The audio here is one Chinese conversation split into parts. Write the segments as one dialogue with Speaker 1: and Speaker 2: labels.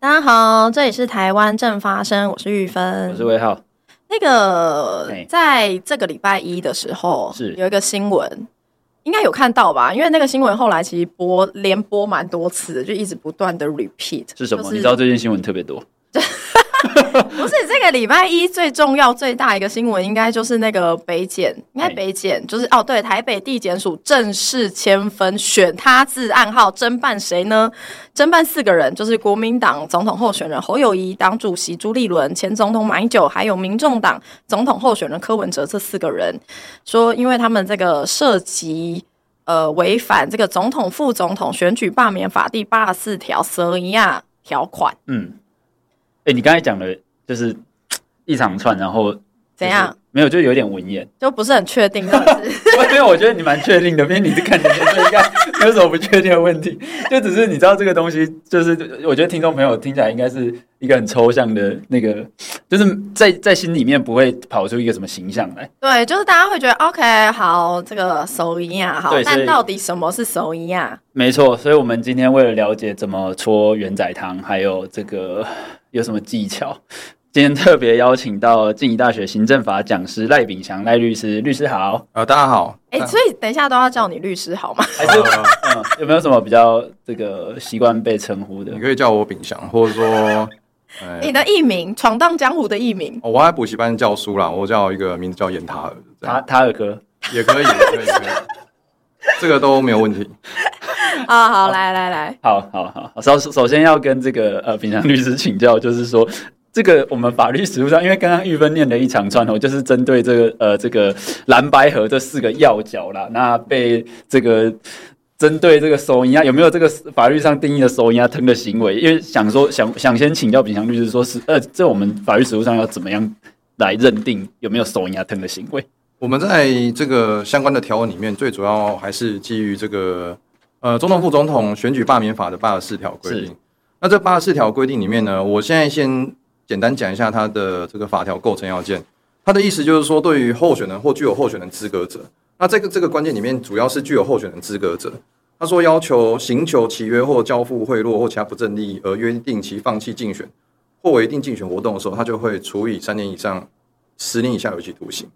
Speaker 1: 家好，这里是台湾正发生，我是玉芬
Speaker 2: 我。是魏浩，
Speaker 1: 那个
Speaker 2: 嘿
Speaker 1: 在这个礼拜一的时候，
Speaker 2: 是
Speaker 1: 有一个新闻，应该有看到吧？因为那个新闻后来其实播连播蛮多次的，就一直不断的 repeat。
Speaker 2: 是什么？
Speaker 1: 就是
Speaker 2: 你知道最近新闻特别多，
Speaker 1: 不是这个礼拜一最重要最大一个新闻，应该就是那个北检，应该
Speaker 2: 嘿
Speaker 1: 北检就是哦，对，台北地检署正式签分选他字暗号，侦办谁呢？侦办四个人，就是国民党总统候选人侯友谊、党主席朱立伦、前总统马英九，还有民众党总统候选人柯文哲这四个人，说因为他们这个涉及。呃，违反这个总统、副总统选举罢免法第八十四条蛇一样条款，
Speaker 2: 嗯，哎、你刚才讲的就是嘖一长串，然后、 就是
Speaker 1: 怎样？
Speaker 2: 没有，就有点文言。
Speaker 1: 就不是很确定到底是
Speaker 2: 我没有，我觉得你蛮确定的，因为你是看人所以应该没有什么不确定的问题。就只是你知道这个东西，就是我觉得听众朋友听起来应该是一个很抽象的那个，就是在在心里面不会跑出一个什么形象来。
Speaker 1: 对，就是大家会觉得 OK，好，这个手一样好
Speaker 2: 对，所
Speaker 1: 但
Speaker 2: 以
Speaker 1: 到底什么是手一样？
Speaker 2: 没错，所以我们今天为了了解怎么搓圆仔汤，还有这个 有什么技巧， 今天特别邀请到静宜大学行政法讲师赖炳祥赖律师，律师好，
Speaker 3: 呃，大家好。
Speaker 1: 哎、
Speaker 2: 啊
Speaker 3: 大
Speaker 1: 所以等一下都要叫你律师好吗？
Speaker 2: 还是、
Speaker 3: 呃
Speaker 2: 嗯、有没有什么比较这个习惯被称呼的
Speaker 3: 你？可以叫我炳祥，或者说，呃
Speaker 1: 你的艺名，闯荡江湖的艺名，
Speaker 3: 哦我在补习班教书啦，我叫一个名字叫严塔尔，这
Speaker 2: 塔
Speaker 3: 样
Speaker 2: 塔尔哥，
Speaker 3: 也可以，也可以，也可以， 这个都没有问题。
Speaker 1: 啊，好，来来来，
Speaker 2: 好好好，好首首先要跟这个呃炳祥律师请教，就是说。这个我们法律实务上，因为刚刚玉芬念了一长串哦，就是针对这个呃这个蓝白河这四个要角啦，那被这个针对这个收银啊有没有这个法律上定义的收银啊疼的行为？因为想说想想先请教炳祥律师，说是呃这我们法律实务上要怎么样来认定有没有收银啊疼的行为？
Speaker 3: 我们在这个相关的条文里面，最主要还是基于这个呃总统副总统选举罢免法的八十四条规
Speaker 2: 是
Speaker 3: 定。那这八十四条规定里面呢，我现在先简单讲一下它的这个法条构成要件。它的意思就是说，对于候选人或具有候选人资格者，那这个这个关键里面主要是具有候选人资格者。他说要求行求契约或交付贿赂或其他不正利益而约定其放弃竞选或违定竞选活动的时候，他就会处以三年以上十年以下有期徒刑。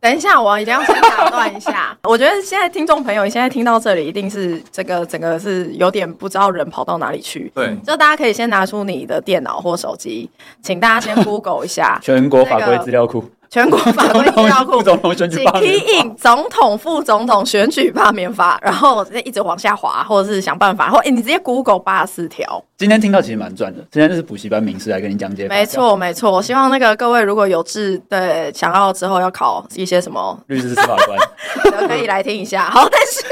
Speaker 1: 等一下，我一定要先打断一下。我觉得现在听众朋友现在听到这里，一定是这个整个是有点不知道人跑到哪里去。
Speaker 3: 对，
Speaker 1: 就大家可以先拿出你的电脑或手机，请大家先 Google 一 下
Speaker 2: 全国法规资料库，
Speaker 1: 全国法规资 料库
Speaker 2: 副，总统选举
Speaker 1: 请
Speaker 2: 罢免哦
Speaker 1: key in 总统、副总统选举罢免 法，然后一直往下滑，或者是想办法，或、欸、你直接 Google 八十四条。
Speaker 2: 今天听到其实蛮赚的，今天就是补习班名师来跟你讲解。
Speaker 1: 没，错，没错。我希望那个各位如果有志对想要之后要考一些什么，
Speaker 2: 律师是法官。
Speaker 1: 可以来听一 下。好，但是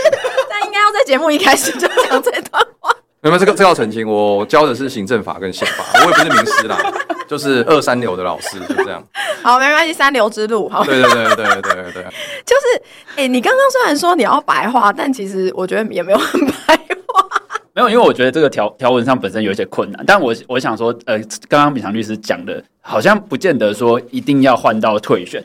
Speaker 1: 但应该要在节目一开始就讲这段 话。
Speaker 3: 那么这个这个要澄清，我教的是行政法跟宪法，我也不是名师啦，就是二三流的老师，就这样。
Speaker 1: 好，没关系，三流之路。好，
Speaker 3: 对对对对对对对，
Speaker 1: 就是哎、欸你刚刚虽然说你要白话，但其实我觉得也没有很白话。
Speaker 2: 没有，因为我觉得这个条条文上本身有一些困难，但我我想说，呃，刚刚炳强律师讲的，好像不见得说一定要换到退选，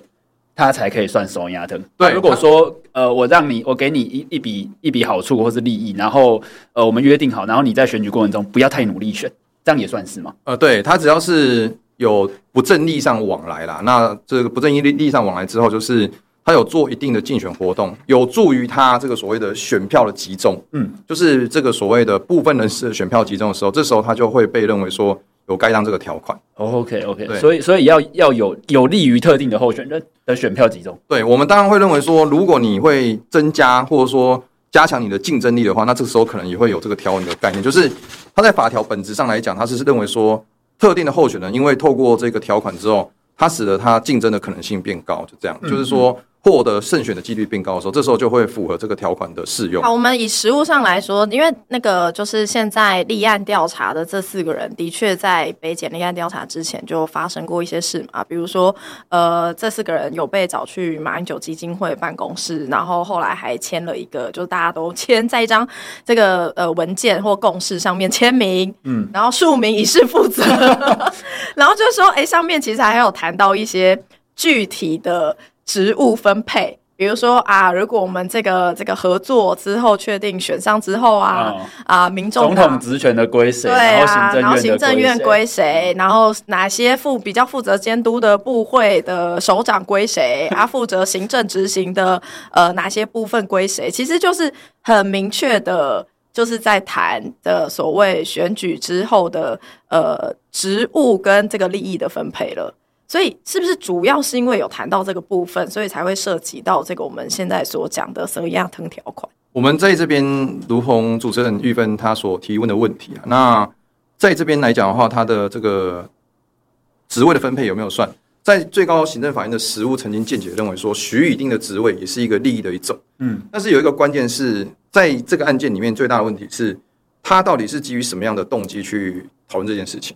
Speaker 2: 他才可以算收押灯。
Speaker 3: 对
Speaker 2: 那如果说呃，我让你，我给你一一笔一笔好处或是利益，然后呃，我们约定好，然后你在选举过程中不要太努力选，这样也算是吗？
Speaker 3: 呃，对他只要是有不正义上往来啦，那这个不正义利上往来之后，就是他有做一定的竞选活动，有助于他这个所谓的选票的集中，
Speaker 2: 嗯，
Speaker 3: 就是这个所谓的部分人士的选票集中的时候，这时候他就会被认为说有该当这个条款。
Speaker 2: o k OK，
Speaker 3: 对
Speaker 2: 哦所以所以要要有有利于特定的候选人的选票集中。
Speaker 3: 对我们当然会认为说，如果你会增加或者说加强你的竞争力的话，那这时候可能也会有这个条文的概念，就是它在法条本质上来讲，它是认为说特定的候选人，因为透过这个条款之后，它使得他竞争的可能性变高，就这样，就是说获得胜选的几率变高的时候，这时候就会符合这个条款的适用。
Speaker 1: 好，我们以实物上来说，因为那个就是现在立案调查的这四个人，的确在北检立案调查之前就发生过一些事嘛，比如说，呃，这四个人有被找去马英九基金会办公室，然后后来还签了一个，就是大家都签在一张这个呃文件或共识上面签名，嗯，然后署名以示负责，然后就说，哎、上面其实还有谈到一些具体的职务分配。比如说啊，如果我们这个这个合作之后确定选上之后啊
Speaker 2: 哦
Speaker 1: 啊，民众
Speaker 2: 总
Speaker 1: 党
Speaker 2: 统职权的归谁，
Speaker 1: 对啊，
Speaker 2: 然
Speaker 1: 然
Speaker 2: 后
Speaker 1: 后
Speaker 2: 行
Speaker 1: 行
Speaker 2: 政
Speaker 1: 政
Speaker 2: 院
Speaker 1: 院
Speaker 2: 的
Speaker 1: 归谁？然后哪些负比较负责监督的部会的首长归 谁？啊，负责行政执行的呃哪些部分归谁？其实就是很明确的，就是在谈的所谓选举之后的呃职务跟这个利益的分配了。所以是不是主要是因为有谈到这个部分，所以才会涉及到这个我们现在所讲的什么样藤条款？
Speaker 3: 我们在这边如同主持人玉芬她所提问的问题啊，那在这边来讲的话，它的这个职位的分配有没有算？在最高行政法院的实务曾经见解认为说，许以定的职位也是一个利益的一种。
Speaker 2: 嗯，
Speaker 3: 但是有一个关键是在这个案件里面最大的问题是，他到底是基于什么样的动机去讨论这件事情？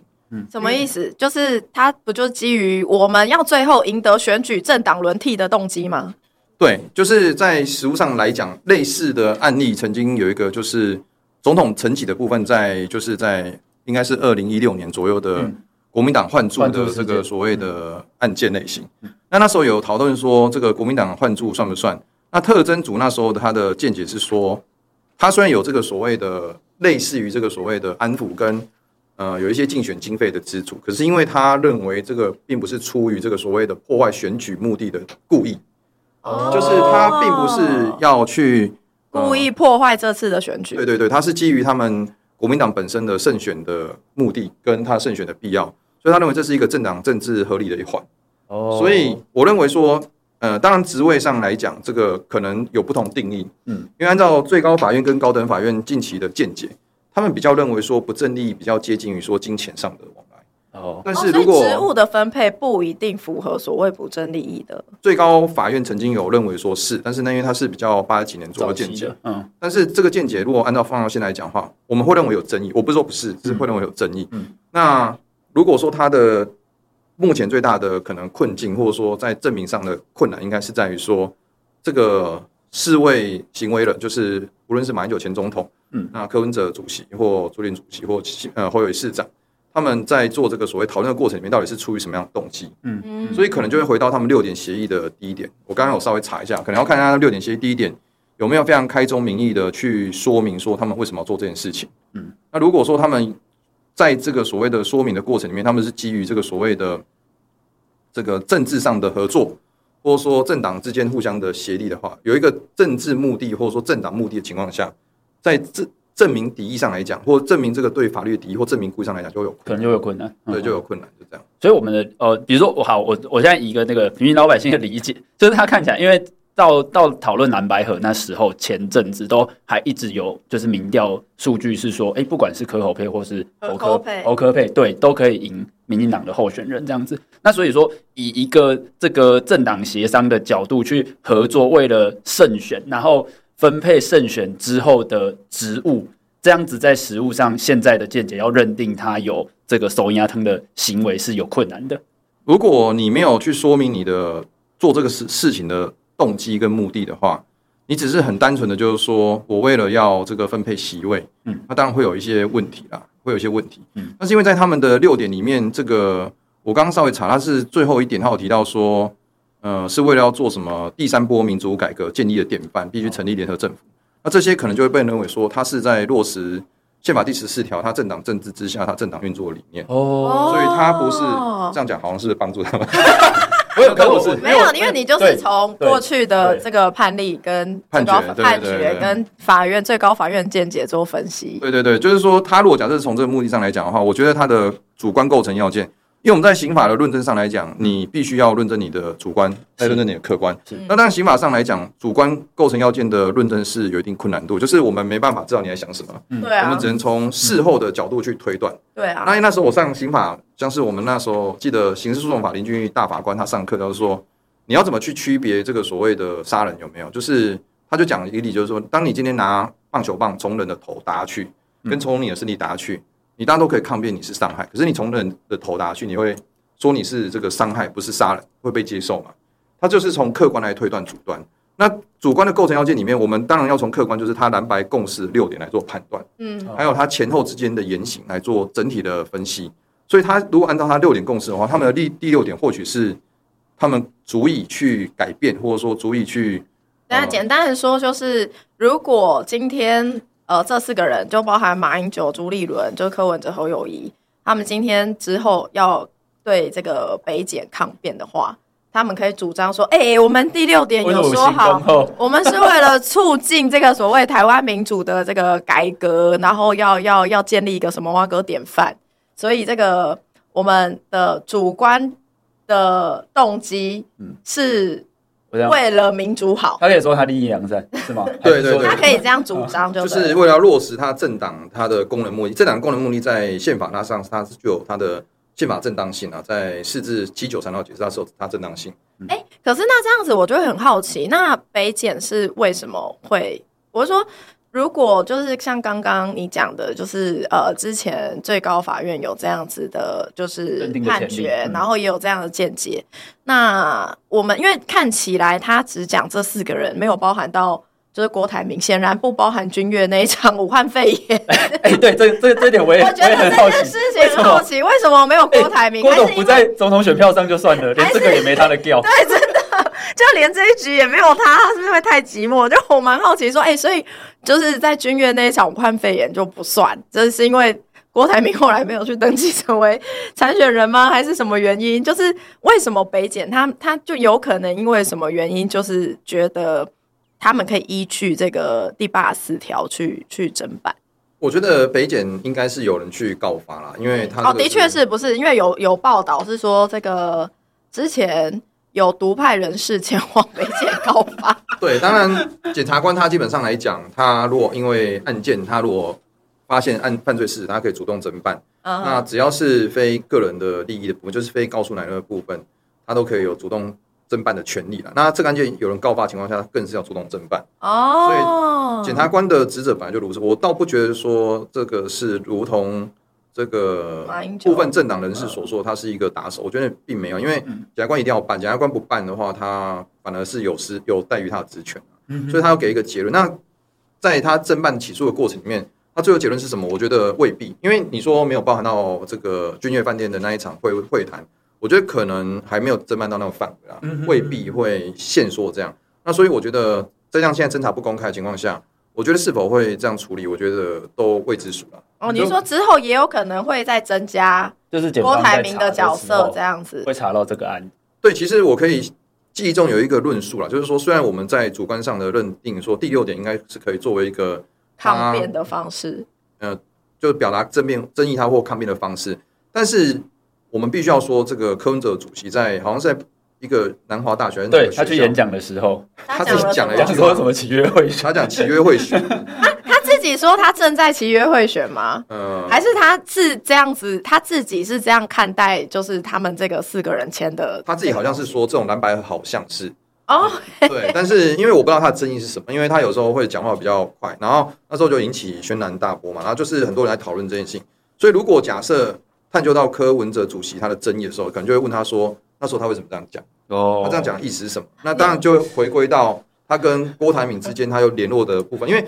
Speaker 1: 什么意思？就是他不就是基于我们要最后赢得选举、政党轮替的动机吗？
Speaker 3: 对，就是在实务上来讲，类似的案例曾经有一个，就是总统层级的部分在，就是在应该是二零一六年左右的
Speaker 2: 嗯
Speaker 3: 国民党换柱
Speaker 2: 换柱嗯
Speaker 3: 的
Speaker 2: 事
Speaker 3: 这
Speaker 2: 件
Speaker 3: 个所谓的案件类型。那那时候有讨论说，这个国民党换柱算不算？那特征组那时候的他的见解是说，他虽然有这个所谓的类似于这个所谓的安抚跟呃有一些竞选经费的资助，可是因为他认为这个并不是出于这个所谓的破坏选举目的的故意。
Speaker 1: 哦
Speaker 3: 就是他并不是要去呃
Speaker 1: 故意破坏这次的选举。
Speaker 3: 对对对，他是基于他们国民党本身的胜选的目的跟他胜选的必要，所以他认为这是一个政党政治合理的一环。
Speaker 2: 哦
Speaker 3: 所以我认为说，呃，当然职位上来讲，这个可能有不同定义。
Speaker 2: 嗯，
Speaker 3: 因为按照最高法院跟高等法院近期的见解，他们比较认为说不正利益比较接近于说金钱上的往来。
Speaker 2: 哦，
Speaker 3: 但
Speaker 1: 哦
Speaker 3: 是如果、
Speaker 1: 所以职务的分配不一定符合所谓不正利益的，
Speaker 3: 最高法院曾经有认为说是，但是那因为它是比较八几年左右
Speaker 2: 早
Speaker 3: 的见
Speaker 2: 期
Speaker 3: 解
Speaker 2: 的，，嗯，
Speaker 3: 但是这个见解，如果按照放到现在来讲的话，我们会认为有争议。我不是说不是，只是会认为有争议。
Speaker 2: 嗯
Speaker 3: 那如果说他的目前最大的可能困境，或者说在证明上的困难，应该是在于说这个世卫行为人，就是无论是马英九前总统，
Speaker 2: 嗯
Speaker 3: 那柯文哲主席或朱立伦主席或呃侯友宜市长，他们在做这个所谓讨论的过程里面，到底是出于什么样的动机？
Speaker 1: 嗯，
Speaker 3: 所以可能就会回到他们六点协议的第一点。我刚刚有稍微查一下，可能要看一下六点协议第一点有没有非常开宗明义的去说明说他们为什么要做这件事情。
Speaker 2: 嗯，
Speaker 3: 那如果说他们在这个所谓的说明的过程里面，他们是基于这个所谓的这个政治上的合作，或者说政党之间互相的协力的话，有一个政治目的或者说政党目的的情况下，在这证明敌意上来讲，或证明这个对法律的敌意或证明故意上来讲，就会有
Speaker 2: 可
Speaker 3: 困
Speaker 2: 能
Speaker 3: 难，
Speaker 2: 就有困难，嗯
Speaker 3: 对，就有困难，就这样。
Speaker 2: 所以我们的呃，比如说我好，我我现在以一个那个平民老百姓的理解，就是他看起来，因为到到讨论蓝白河那时候，前阵子都还一直有就是民调数据是说，哎、不管是柯侯配或是侯
Speaker 1: 侯
Speaker 2: 科
Speaker 1: 配
Speaker 2: 侯科配，对，都可以赢民进党的候选人这样子。那所以说，以一个这个政党协商的角度去合作，为了胜选，然后分配胜选之后的职务，这样子在实务上，现在的见解要认定他有这个手压汤的行为是有困难的。
Speaker 3: 如果你没有去说明你的做这个事事情的动机跟目的的话，你只是很单纯的就是说我为了要这个分配席位，
Speaker 2: 嗯，
Speaker 3: 那当然会有一些问题啦，会有一些问题，
Speaker 2: 嗯，
Speaker 3: 但是因为在他们的六点里面，这个我刚刚稍微查，它是最后一点，它有提到说，呃，是为了要做什么第三波民主改革建立的典范，必须成立联合政府，那这些可能就会被认为说，它是在落实宪法第十四条，它政党政治之下，它政党运作的理念。
Speaker 2: 哦，
Speaker 1: 哦
Speaker 3: 所以他不是这样讲，好像是帮助他们。
Speaker 2: 我有
Speaker 3: 但我
Speaker 2: 是
Speaker 1: 没有，因为你就是从
Speaker 2: 对
Speaker 1: 过去的
Speaker 2: 对
Speaker 1: 这个判例跟最高
Speaker 3: 判决对
Speaker 1: 判
Speaker 3: 对
Speaker 1: 决
Speaker 3: 对
Speaker 1: 跟法院最高法院见解做分析。
Speaker 3: 对对对，就是说，他如果假设是从这个目的上来讲的话，我觉得他的主观构成要件，因为我们在刑法的论证上来讲，你必须要论证你的主观，再论证你的客观
Speaker 2: 是。
Speaker 3: 那当然，刑法上来讲，主观构成要件的论证是有一定困难度，就是我们没办法知道你在想什么，
Speaker 1: 对
Speaker 3: 嗯我
Speaker 1: 啊
Speaker 3: 们只，能从事后的角度去推断。
Speaker 1: 对啊，
Speaker 3: 那那时候我上刑法，像是我们那时候记得刑事诉讼法林俊义大法官他上课，他就说你要怎么去区别这个所谓的杀人有没有？就是他就讲一个例，就是说，当你今天拿棒球棒从人的头打下去，跟从你的身体打下去，你大家都可以抗辩你是伤害，可是你从人的头打下去，你会说你是这个伤害，不是杀人，会被接受嘛？他就是从客观来推断主观。那主观的构成要件里面，我们当然要从客观，就是他蓝白共识六点来做判断。
Speaker 1: 嗯，
Speaker 3: 还有它前后之间的言行来做整体的分析。所以，他如果按照他六点共识的话，他们的第第六点或许是他们足以去改变，或者说足以去
Speaker 1: 那
Speaker 2: 嗯
Speaker 1: 简单的说，就是如果今天呃这四个人就包含马英九、朱立伦，就是柯文哲、侯友谊，他们今天之后要对这个北检抗辩的话，他们可以主张说：哎、我们第六点
Speaker 2: 为了
Speaker 1: 有
Speaker 2: 五
Speaker 1: 说
Speaker 2: 行
Speaker 1: 好
Speaker 2: 恭，候，
Speaker 1: 我们是为了促进这个所谓台湾民主的这个改革，然后要要要建立一个什么挖哥典范，所以这个我们的主观的动机
Speaker 2: 嗯
Speaker 1: 是
Speaker 2: 我这样，
Speaker 1: 为了民主好，
Speaker 2: 他可以说他利益良善是吗？
Speaker 3: 对对对
Speaker 1: 他可以这样主张，就
Speaker 3: 就是是为了要落实他政党他的功能目的，政党功能目的在宪法那上它是具有它的宪法正当性啊，在四至七九三号解释它是有它正当性。
Speaker 1: 哎、可是那这样子，我就会很好奇，那北检是为什么会？我是说，如果就是像刚刚你讲的，就是呃，之前最高法院有这样子的，就是
Speaker 2: 认定的
Speaker 1: 判
Speaker 2: 权利
Speaker 1: 决，
Speaker 2: 嗯
Speaker 1: 然后也有这样的见解。那我们因为看起来他只讲这四个人，没有包含到就是郭台铭，显然不包含君越那一场武汉肺炎。
Speaker 2: 哎，对，这这这点我也
Speaker 1: 我觉
Speaker 2: 我也
Speaker 1: 得
Speaker 2: 很
Speaker 1: 这
Speaker 2: 好奇
Speaker 1: 件事，
Speaker 2: 为
Speaker 1: 情
Speaker 2: 什
Speaker 1: 很好
Speaker 2: 么？
Speaker 1: 奇，为什么没有郭台铭？
Speaker 2: 哎郭
Speaker 1: 还是
Speaker 2: 董
Speaker 1: 因
Speaker 2: 不
Speaker 1: 为
Speaker 2: 在总统选票上就算了，连
Speaker 1: 还是
Speaker 2: 这个也没他的调。
Speaker 1: 对，真的，就连这一局也没有他，他是不是会太寂寞？就我蛮好奇说，哎、所以就是在君越那一场武汉肺炎就不算，这是因为郭台铭后来没有去登记成为参选人吗？还是什么原因？就是为什么北检他他就有可能因为什么原因，就是觉得他们可以依据这个第八十四条去去侦办？
Speaker 3: 我觉得北检应该是有人去告发啦，因为他
Speaker 1: 哦，的确是不是？因为有有报道是说这个之前。有独派人士前往北检告发，
Speaker 3: 对。当然，检察官他基本上来讲，他如果因为案件，他如果发现案犯罪事实，他可以主动侦办。
Speaker 1: 嗯
Speaker 3: 那只要是非个人的利益的部分，就是非告诉乃论的部分，他都可以有主动侦办的权利了。那这个案件有人告发情况下，更是要主动侦办。
Speaker 1: 哦，
Speaker 3: 检察官的职责本来就如此，我倒不觉得说这个是如同这个
Speaker 1: 马英九
Speaker 3: 部分政党人士所说，他是一个打手。我觉得并没有，因为
Speaker 2: 嗯
Speaker 3: 检察官一定要办，检察官不办的话，他反而是有失有怠于他的职权，啊
Speaker 2: 嗯
Speaker 3: 所以他要给一个结论。那在他侦办起诉的过程里面，他最后结论是什么？我觉得未必，因为你说没有包含到这个君悦饭店的那一场会会谈，我觉得可能还没有侦办到那个范围啊
Speaker 2: 嗯哼，
Speaker 3: 未必会限缩这样。那所以我觉得，在像现在侦查不公开的情况下，我觉得是否会这样处理，我觉得都未知数了。
Speaker 1: 哦，你说之后也有可能会再增加
Speaker 2: 就是检
Speaker 1: 郭
Speaker 2: 方
Speaker 1: 台
Speaker 2: 在
Speaker 1: 铭
Speaker 2: 查
Speaker 1: 的
Speaker 2: 的
Speaker 1: 角
Speaker 2: 时
Speaker 1: 色
Speaker 2: 候
Speaker 1: 这样子，
Speaker 2: 会查到这个案，
Speaker 3: 对，其实我可以记忆中有一个论述啦，就是说，虽然我们在主观上的认定说第六点应该是可以作为一个
Speaker 1: 抗辩的方式。
Speaker 3: 就是表达正面争议他或抗辩的方式，但是我们必须要说，这个柯文哲主席在好像是在一个南华大学还是哪
Speaker 2: 对
Speaker 3: 个
Speaker 2: 他
Speaker 3: 学
Speaker 2: 去
Speaker 3: 校
Speaker 2: 演，讲的时候，
Speaker 1: 他
Speaker 3: 他
Speaker 1: 讲
Speaker 3: 自己
Speaker 1: 了什
Speaker 3: 讲
Speaker 1: 么
Speaker 3: 了一
Speaker 2: 讲
Speaker 3: 句
Speaker 2: 说什么契约会
Speaker 3: 他讲契约会选，
Speaker 1: 他自己说他正在其约会选吗？
Speaker 3: 呃，
Speaker 1: 还是他是这样子，他自己是这样看待，就是他们这个四个人签的这个东西。
Speaker 3: 他自己好像是说这种蓝白好像是，
Speaker 1: 哦，
Speaker 3: 对，但是因为我不知道他的争议是什么，因为他有时候会讲话比较快，然后那时候就引起轩然大波嘛，然后就是很多人来讨论这件事情。所以如果假设探究到柯文哲主席他的争议的时候，可能就会问他说，那时候他为什么这样讲？
Speaker 2: 哦
Speaker 3: 他这样讲的意思是什么？那当然就会回归到他跟郭台铭之间他有联络的部分，因为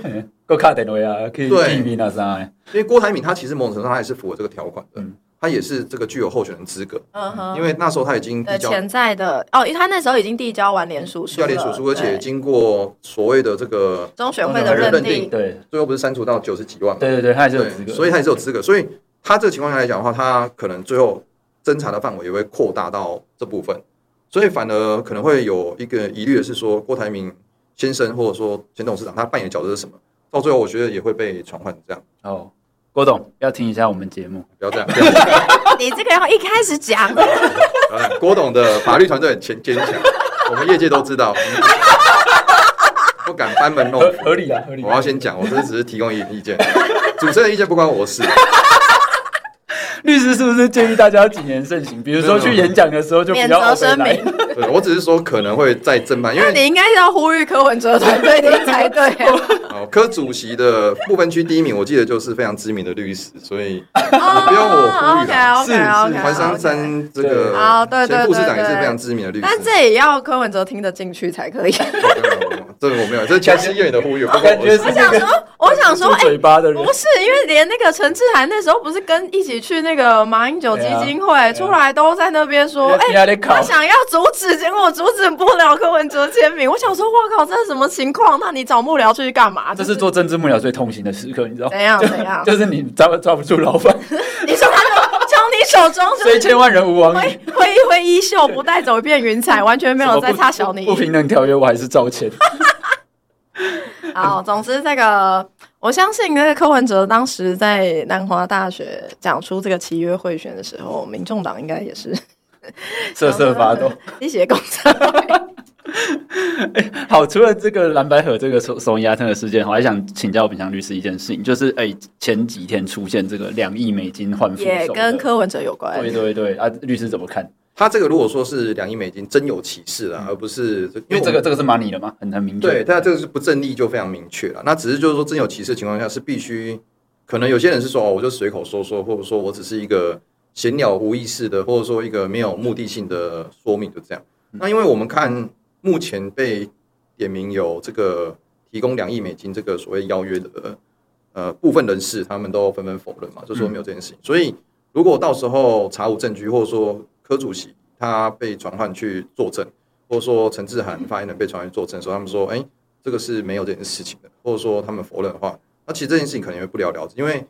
Speaker 2: 够卡点位啊，可以
Speaker 3: 对
Speaker 2: T V 那啥的，
Speaker 3: 因为郭台铭他其实某种程度上他也是符合这个条款的
Speaker 2: 嗯，
Speaker 3: 他也是这个具有候选人资格，
Speaker 1: 嗯哼，
Speaker 3: 因为那时候他已经
Speaker 1: 呃
Speaker 3: 递交
Speaker 1: 潜在的哦，因为他那时候已经递交完联署书
Speaker 3: 交
Speaker 1: 了，
Speaker 3: 联署书，而且
Speaker 1: 对
Speaker 3: 经过所谓的这个
Speaker 1: 中选会的
Speaker 3: 中选会
Speaker 1: 认
Speaker 3: 认
Speaker 1: 定
Speaker 3: 定
Speaker 2: 对
Speaker 3: 最后不是删除到九十几万嘛？
Speaker 2: 对对对，他还是有资格，
Speaker 3: 对，所以他也是有资格。所以他这个情况下来讲的话，他可能最后侦查的范围也会扩大到这部分，所以反而可能会有一个疑虑的是说，郭台铭先生或者说前董事长他扮演的角色是什么？到最后，我觉得也会被传唤，这样
Speaker 2: 哦，郭董要听一下我们节目，
Speaker 3: 不 要这样，不要这样
Speaker 1: 哦你这个要一开始讲，
Speaker 3: 不要这样。郭董的法律团队很坚坚强，我们业界都知道，不敢班门弄
Speaker 2: 合
Speaker 3: 斧。
Speaker 2: 合理啊，合理
Speaker 3: 哦我。要先讲，我这只是提供一点意见，主持人的意见不关我事。
Speaker 2: 律师是不是建议大家谨言慎行？比如说去演讲的时候就
Speaker 1: 免
Speaker 2: 不要
Speaker 1: 责
Speaker 2: 欧北
Speaker 1: 声
Speaker 2: 来
Speaker 1: 明。。
Speaker 3: 对我只是说可能会再侦办，因
Speaker 1: 那
Speaker 3: 为
Speaker 1: 你应该要呼吁柯文哲团队听才对、啊
Speaker 3: 哦，柯主席的不分区第一名，我记得就是非常知名的律师，所以
Speaker 1: 哦
Speaker 3: 不用我呼吁啦
Speaker 1: OK OK
Speaker 3: 是
Speaker 1: OK，
Speaker 3: 环山山这个
Speaker 2: 对
Speaker 1: 好对对
Speaker 3: 前副市长
Speaker 1: 对
Speaker 3: 也是
Speaker 1: 对
Speaker 3: 非常知名的律师。
Speaker 1: 但这也要柯文哲听得进去才可以。
Speaker 3: 对这个我没有，这是全心愿的呼吁，不
Speaker 2: 感
Speaker 3: 管我
Speaker 2: 觉是
Speaker 3: 是
Speaker 2: 那个
Speaker 1: 我想 说，
Speaker 2: 住
Speaker 1: 哎、
Speaker 2: 嘴巴的人
Speaker 1: 不，是，因为连那个陈志涵那时候不是跟一起去那个马英九基金会、
Speaker 2: 对啊
Speaker 1: 出来，都在那边说，
Speaker 2: 人
Speaker 1: 哎、
Speaker 2: 家在考
Speaker 1: 我想要阻止纸结果我阻止不了柯文哲签名。我想说，哇靠，这是什么情况？那你找幕僚去干嘛？
Speaker 2: 这是做政治幕僚最痛心的时刻，你知道？
Speaker 1: 怎样怎样？
Speaker 2: 就是你抓抓不住老板，
Speaker 1: 你说他就从你手中就
Speaker 2: 虽
Speaker 1: 是
Speaker 2: 千万人吾往矣。
Speaker 1: 挥挥一挥衣袖，不带走一片云彩，完全没有在插小你
Speaker 2: 不。平等条约，我还是 照签。
Speaker 1: 好，总之这个，我相信那个柯文哲当时在南华大学讲出这个契约贿选的时候，民众党应该也是
Speaker 2: 瑟瑟发抖。
Speaker 1: 一起共产党。
Speaker 2: 好，除了这个蓝白河这个手手压特的事件，我还想请教本强律师一件事情，就是哎、前几天出现这个两亿美金换副手
Speaker 1: 也
Speaker 2: 的
Speaker 1: 跟柯文哲有 关。
Speaker 2: 对对对啊，律师怎么看？
Speaker 3: 他这个如果说是两亿美金，真有其事啦，而不是
Speaker 2: 因为这
Speaker 3: 个。
Speaker 2: 个这个是 money 了嘛，很很明确。
Speaker 3: 对，但这个是不正义就非常明确了。那只是就是说真有其事的情况下是必须，可能有些人是说哦，我就随口说说，或者说我只是一个闲聊无意识的，或者说一个没有目的性的说明，就这样。那因为我们看目前被点名有这个提供两亿美金这个所谓邀约的呃部分人士，他们都纷纷否认嘛，就说没有这件事情。所以如果到时候查无证据，或者说柯主席他被传唤去作证。或者说陈志涵发言人被传唤作证的时候，他们说，哎、这个是没有这件事情的，或者说他们否认的话，那其实这件事情可能会不了了之，因为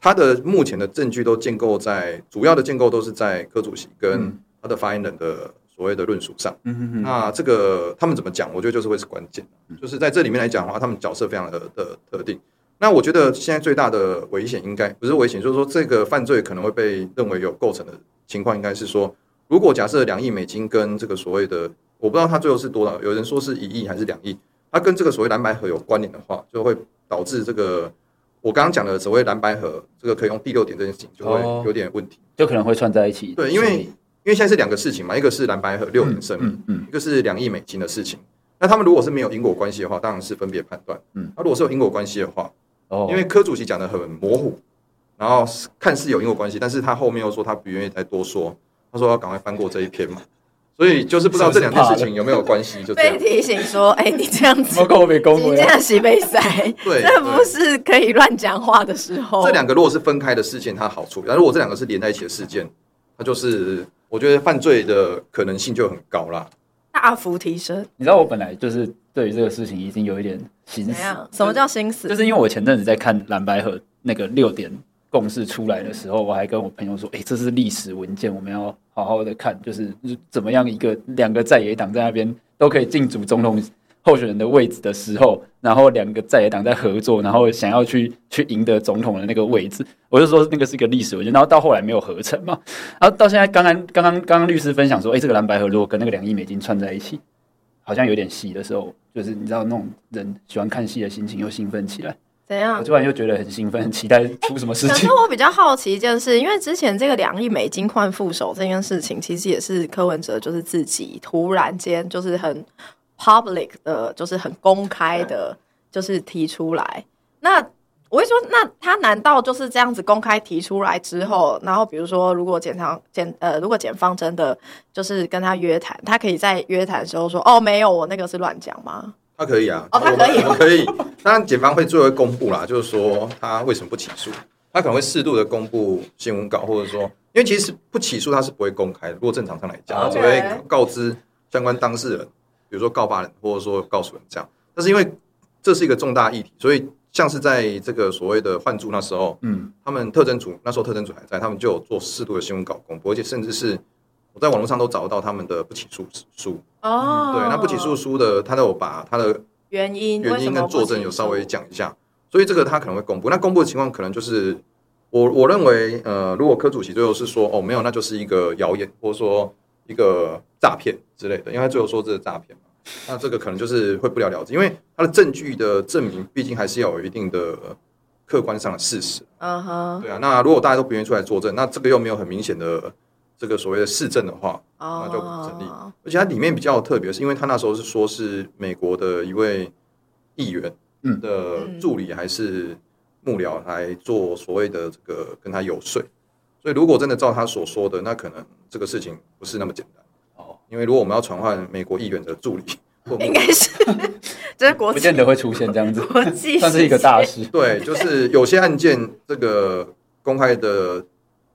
Speaker 3: 他的目前的证据都建构在主要的建构都是在柯主席跟他的发言人的所谓的论述上。
Speaker 2: 嗯哼哼
Speaker 3: 那这个他们怎么讲，我觉得就是会是关键，就是在这里面来讲的话，他们角色非常的的特定。那我觉得现在最大的危险应该不是危险，就是说这个犯罪可能会被认为有构成的情况，应该是说，如果假设两亿美金跟这个所谓的，我不知道它最后是多少，有人说是一亿还是两亿，它跟这个所谓蓝白河有关联的话，就会导致这个我刚刚讲的所谓蓝白河这个可以用第六点这件事情就会
Speaker 2: 哦
Speaker 3: 有点问题。
Speaker 2: 就可能会串在一起。
Speaker 3: 对，因为因为现在是两个事情嘛，一个是蓝白河六点声明，
Speaker 2: 嗯嗯
Speaker 3: 一个是两亿美金的事情。那他们如果是没有因果关系的话，当然是分别判断。
Speaker 2: 嗯
Speaker 3: 嗯，那如果是有因果关系的话，
Speaker 2: 哦，
Speaker 3: 因为柯主席讲的很模糊，然后看似有因果关系，但是他后面又说他不愿意再多说，他说要赶快翻过这一篇嘛，所以就是不知道这两件事情有没有关系，就这
Speaker 1: 被
Speaker 3: 样。
Speaker 1: 提醒说：“ 哎、你这样子
Speaker 2: 我，够被恭
Speaker 1: 你
Speaker 2: 维
Speaker 1: 这。样洗被塞，
Speaker 3: 对
Speaker 1: 这不是可以乱讲话的时候。”
Speaker 3: 这两个如果是分开的事件，它好处理；但如果这两个是连在一起的事件，它就是我觉得犯罪的可能性就很高啦。
Speaker 1: 大幅提升，
Speaker 2: 你知道我本来就是对于这个事情已经有一点心
Speaker 1: 怎
Speaker 2: 死，
Speaker 1: 样？什么叫心死？
Speaker 2: 就是因为我前阵子在看蓝白河那个六点共识出来的时候，我还跟我朋友说，哎、这是历史文件，我们要好好的看，就是怎么样一个两个在野党在那边都可以竞逐总统候选人的位置的时候，然后两个在野党在合作，然后想要去去赢得总统的那个位置，我就说那个是一个历史文件，然后到后来没有合成嘛，然后到现在刚刚刚刚刚刚律师分享说，哎、这个蓝白河如果跟那个两亿美金串在一起。好像有点戏的时候，就是你知道那种人喜欢看戏的心情又兴奋起来，
Speaker 1: 怎
Speaker 2: 我
Speaker 1: 样？
Speaker 2: 突然又觉得很兴奋，很期待出什么事
Speaker 1: 啊 可
Speaker 2: 情
Speaker 1: 是。我比较好奇一件事，因为之前这个两亿美金换副手这件事情，其实也是柯文哲就是自己突然间就是很 public 的，就是很公开的，就是提出来。那我会说，那他难道就是这样子公开提出来之后，然后比如说，如果检察检呃，如果检方真的就是跟他约谈，他可以在约谈的时候说，哦，没有，我那个是乱讲吗？
Speaker 3: 他可以啊，
Speaker 1: 哦他可以
Speaker 3: 我们我们可以。当然，检方会最后会公布啦，就是说他为什么不起诉，他可能会适度的公布新闻稿，或者说，因为其实不起诉他是不会公开的。如果正常上来讲，
Speaker 2: 哦
Speaker 3: 他只会
Speaker 1: 对
Speaker 3: 告知相关当事人，比如说告发人，或者说告诉人这样。但是因为这是一个重大议题，所以像是在这个所谓的换注那时候，
Speaker 2: 嗯，
Speaker 3: 他们特征组那时候特征组还在，他们就有做适度的新闻稿公布，而且甚至是我在网络上都找得到他们的不起诉书。
Speaker 1: 哦，
Speaker 3: 对，那不起诉书的，他都有把他的
Speaker 1: 原因，为
Speaker 3: 原
Speaker 1: 什
Speaker 3: 因
Speaker 1: 么
Speaker 3: 跟
Speaker 1: 不
Speaker 3: 作证
Speaker 1: 起
Speaker 3: 有
Speaker 1: 诉
Speaker 3: 稍微讲一下，所以这个他可能会公布。那公布的情况可能就是，我我认为，呃，如果柯主席最后是说哦没有，那就是一个谣言，或者说一个诈骗之类的，因为他最后说这是诈骗嘛，那这个可能就是会不了了之，因为他的证据的证明，毕竟还是要有一定的客观上的事实。
Speaker 1: 嗯哼，
Speaker 3: 对啊，那如果大家都不愿意出来作证，那这个又没有很明显的这个所谓的市政的话，
Speaker 1: 哦，
Speaker 3: 那就不成立而且它里面比较特别，是因为它那时候是说是美国的一位议员
Speaker 2: 嗯
Speaker 3: 的助理还是幕僚来做所谓的这个跟他游说，所以如果真的照他所说的，那可能这个事情不是那么简单。
Speaker 2: 哦，
Speaker 3: 因为如果我们要传唤美国议员的助理，或
Speaker 1: 应该是 这是国
Speaker 2: 不
Speaker 1: 际
Speaker 2: 见得会出现这 样子，
Speaker 1: 国际
Speaker 2: 算是一个大
Speaker 1: 事
Speaker 2: 事。
Speaker 3: 对，就是有些案件这个公开的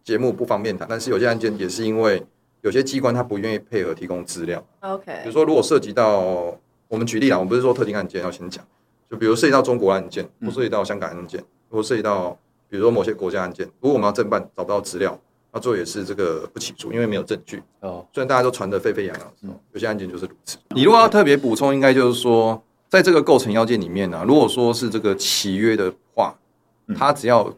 Speaker 3: 节目不方便谈，但是有些案件也是因为有些机关它不愿意配合提供资料。比 如
Speaker 1: ，OK，
Speaker 3: 说，如果涉及到我们举例啦，我们不是说特定案件要先讲，就比如涉及到中国案件，
Speaker 2: 嗯
Speaker 3: 或涉及到香港案件，或涉及到比如说某些国家案件，如果我们要侦办找不到资料，那最后也是这个不起诉，因为没有证据。
Speaker 2: 哦，
Speaker 3: 虽然大家都传得沸沸扬扬的时候，有些案件就是如此。嗯你如果要特别补充，应该就是说，在这个构成要件里面呢、啊如果说是这个契约的话，它只要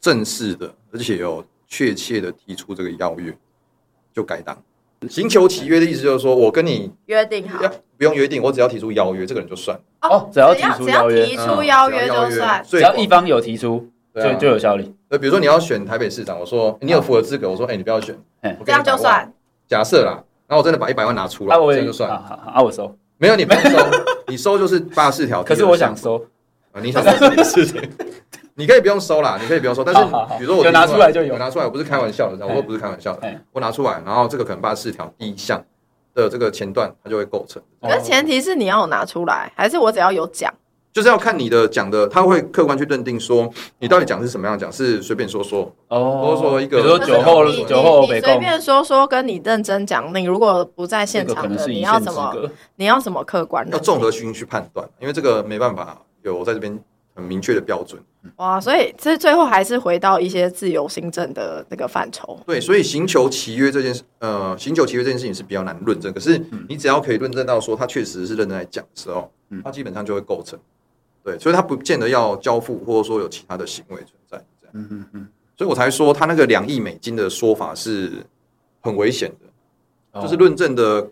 Speaker 3: 正式的，而且有确切的提出这个要约，就该当。行求契约的意思就是说，我跟你
Speaker 1: 约定好
Speaker 3: 要不用约定，我只要提出邀约，这个人就算。
Speaker 2: 哦只要提出邀约嗯
Speaker 1: 只要提出邀约
Speaker 3: 只要邀
Speaker 1: 就算。
Speaker 2: 只
Speaker 3: 最
Speaker 2: 要一方有提出，
Speaker 3: 对啊
Speaker 2: 就就有效力。
Speaker 3: 呃，比如说你要选台北市长，我说、欸你有符合资格，我说哎、欸你不要选，
Speaker 2: 嗯
Speaker 3: 我
Speaker 1: 这
Speaker 3: 给你
Speaker 1: 样就
Speaker 3: 100万
Speaker 1: 算。
Speaker 3: 假设啦，然后我真的把一百万拿出来，
Speaker 2: 啊，我
Speaker 3: 这
Speaker 2: 也
Speaker 3: 样就算。
Speaker 2: 啊，好好啊，我收。
Speaker 3: 没有你不用收， 你收就是八十四条。
Speaker 2: 可是我想，收，
Speaker 3: 啊、你想收什么事情？ 你可以不用收啦，你可以不用收，但是
Speaker 2: 好好好
Speaker 3: 比如说我
Speaker 2: 有拿出来就有
Speaker 3: 我拿出来，我不是开玩笑的，我说不是开玩笑
Speaker 2: 哎
Speaker 3: 的，我拿出来，然后这个可能八十四条第一项的这个前段，它就会构成，
Speaker 2: 哦
Speaker 1: 可是前提是你要有拿出来，还是我只要有讲？
Speaker 3: 就是要看你的讲的，他会客观去认定说你到底讲的是什么样讲，是随便说说，
Speaker 2: 哦，
Speaker 3: 多说一个
Speaker 2: 比如说
Speaker 3: 可是
Speaker 2: 酒后
Speaker 1: 你你
Speaker 2: 酒后
Speaker 1: 你
Speaker 2: 北
Speaker 1: 随
Speaker 2: 贡，
Speaker 1: 便说说，跟你认真讲，你如果不在
Speaker 2: 这
Speaker 1: 现
Speaker 2: 个可
Speaker 1: 场
Speaker 2: 能
Speaker 1: 的，
Speaker 2: 是
Speaker 1: 你
Speaker 2: 一
Speaker 1: 要
Speaker 2: 线
Speaker 1: 怎
Speaker 2: 之
Speaker 1: 么
Speaker 2: 隔。
Speaker 1: 你要怎么客观的？
Speaker 3: 要综合性去判断，因为这个没办法有在这边很明确的标准。
Speaker 1: 哇，所以这最后还是回到一些自由行政的那个范畴。
Speaker 3: 对，所以行求契约这件事，呃，行求契约这件事情是比较难论证。可是你只要可以论证到说他确实是认真来讲的时候
Speaker 2: 嗯，
Speaker 3: 他基本上就会构成。对，所以他不见得要交付，或者说有其他的行为存在。这样，
Speaker 2: 嗯嗯嗯，
Speaker 3: 所以我才说他那个两亿美金的说法是很危险的，
Speaker 2: 哦
Speaker 3: 就是论证的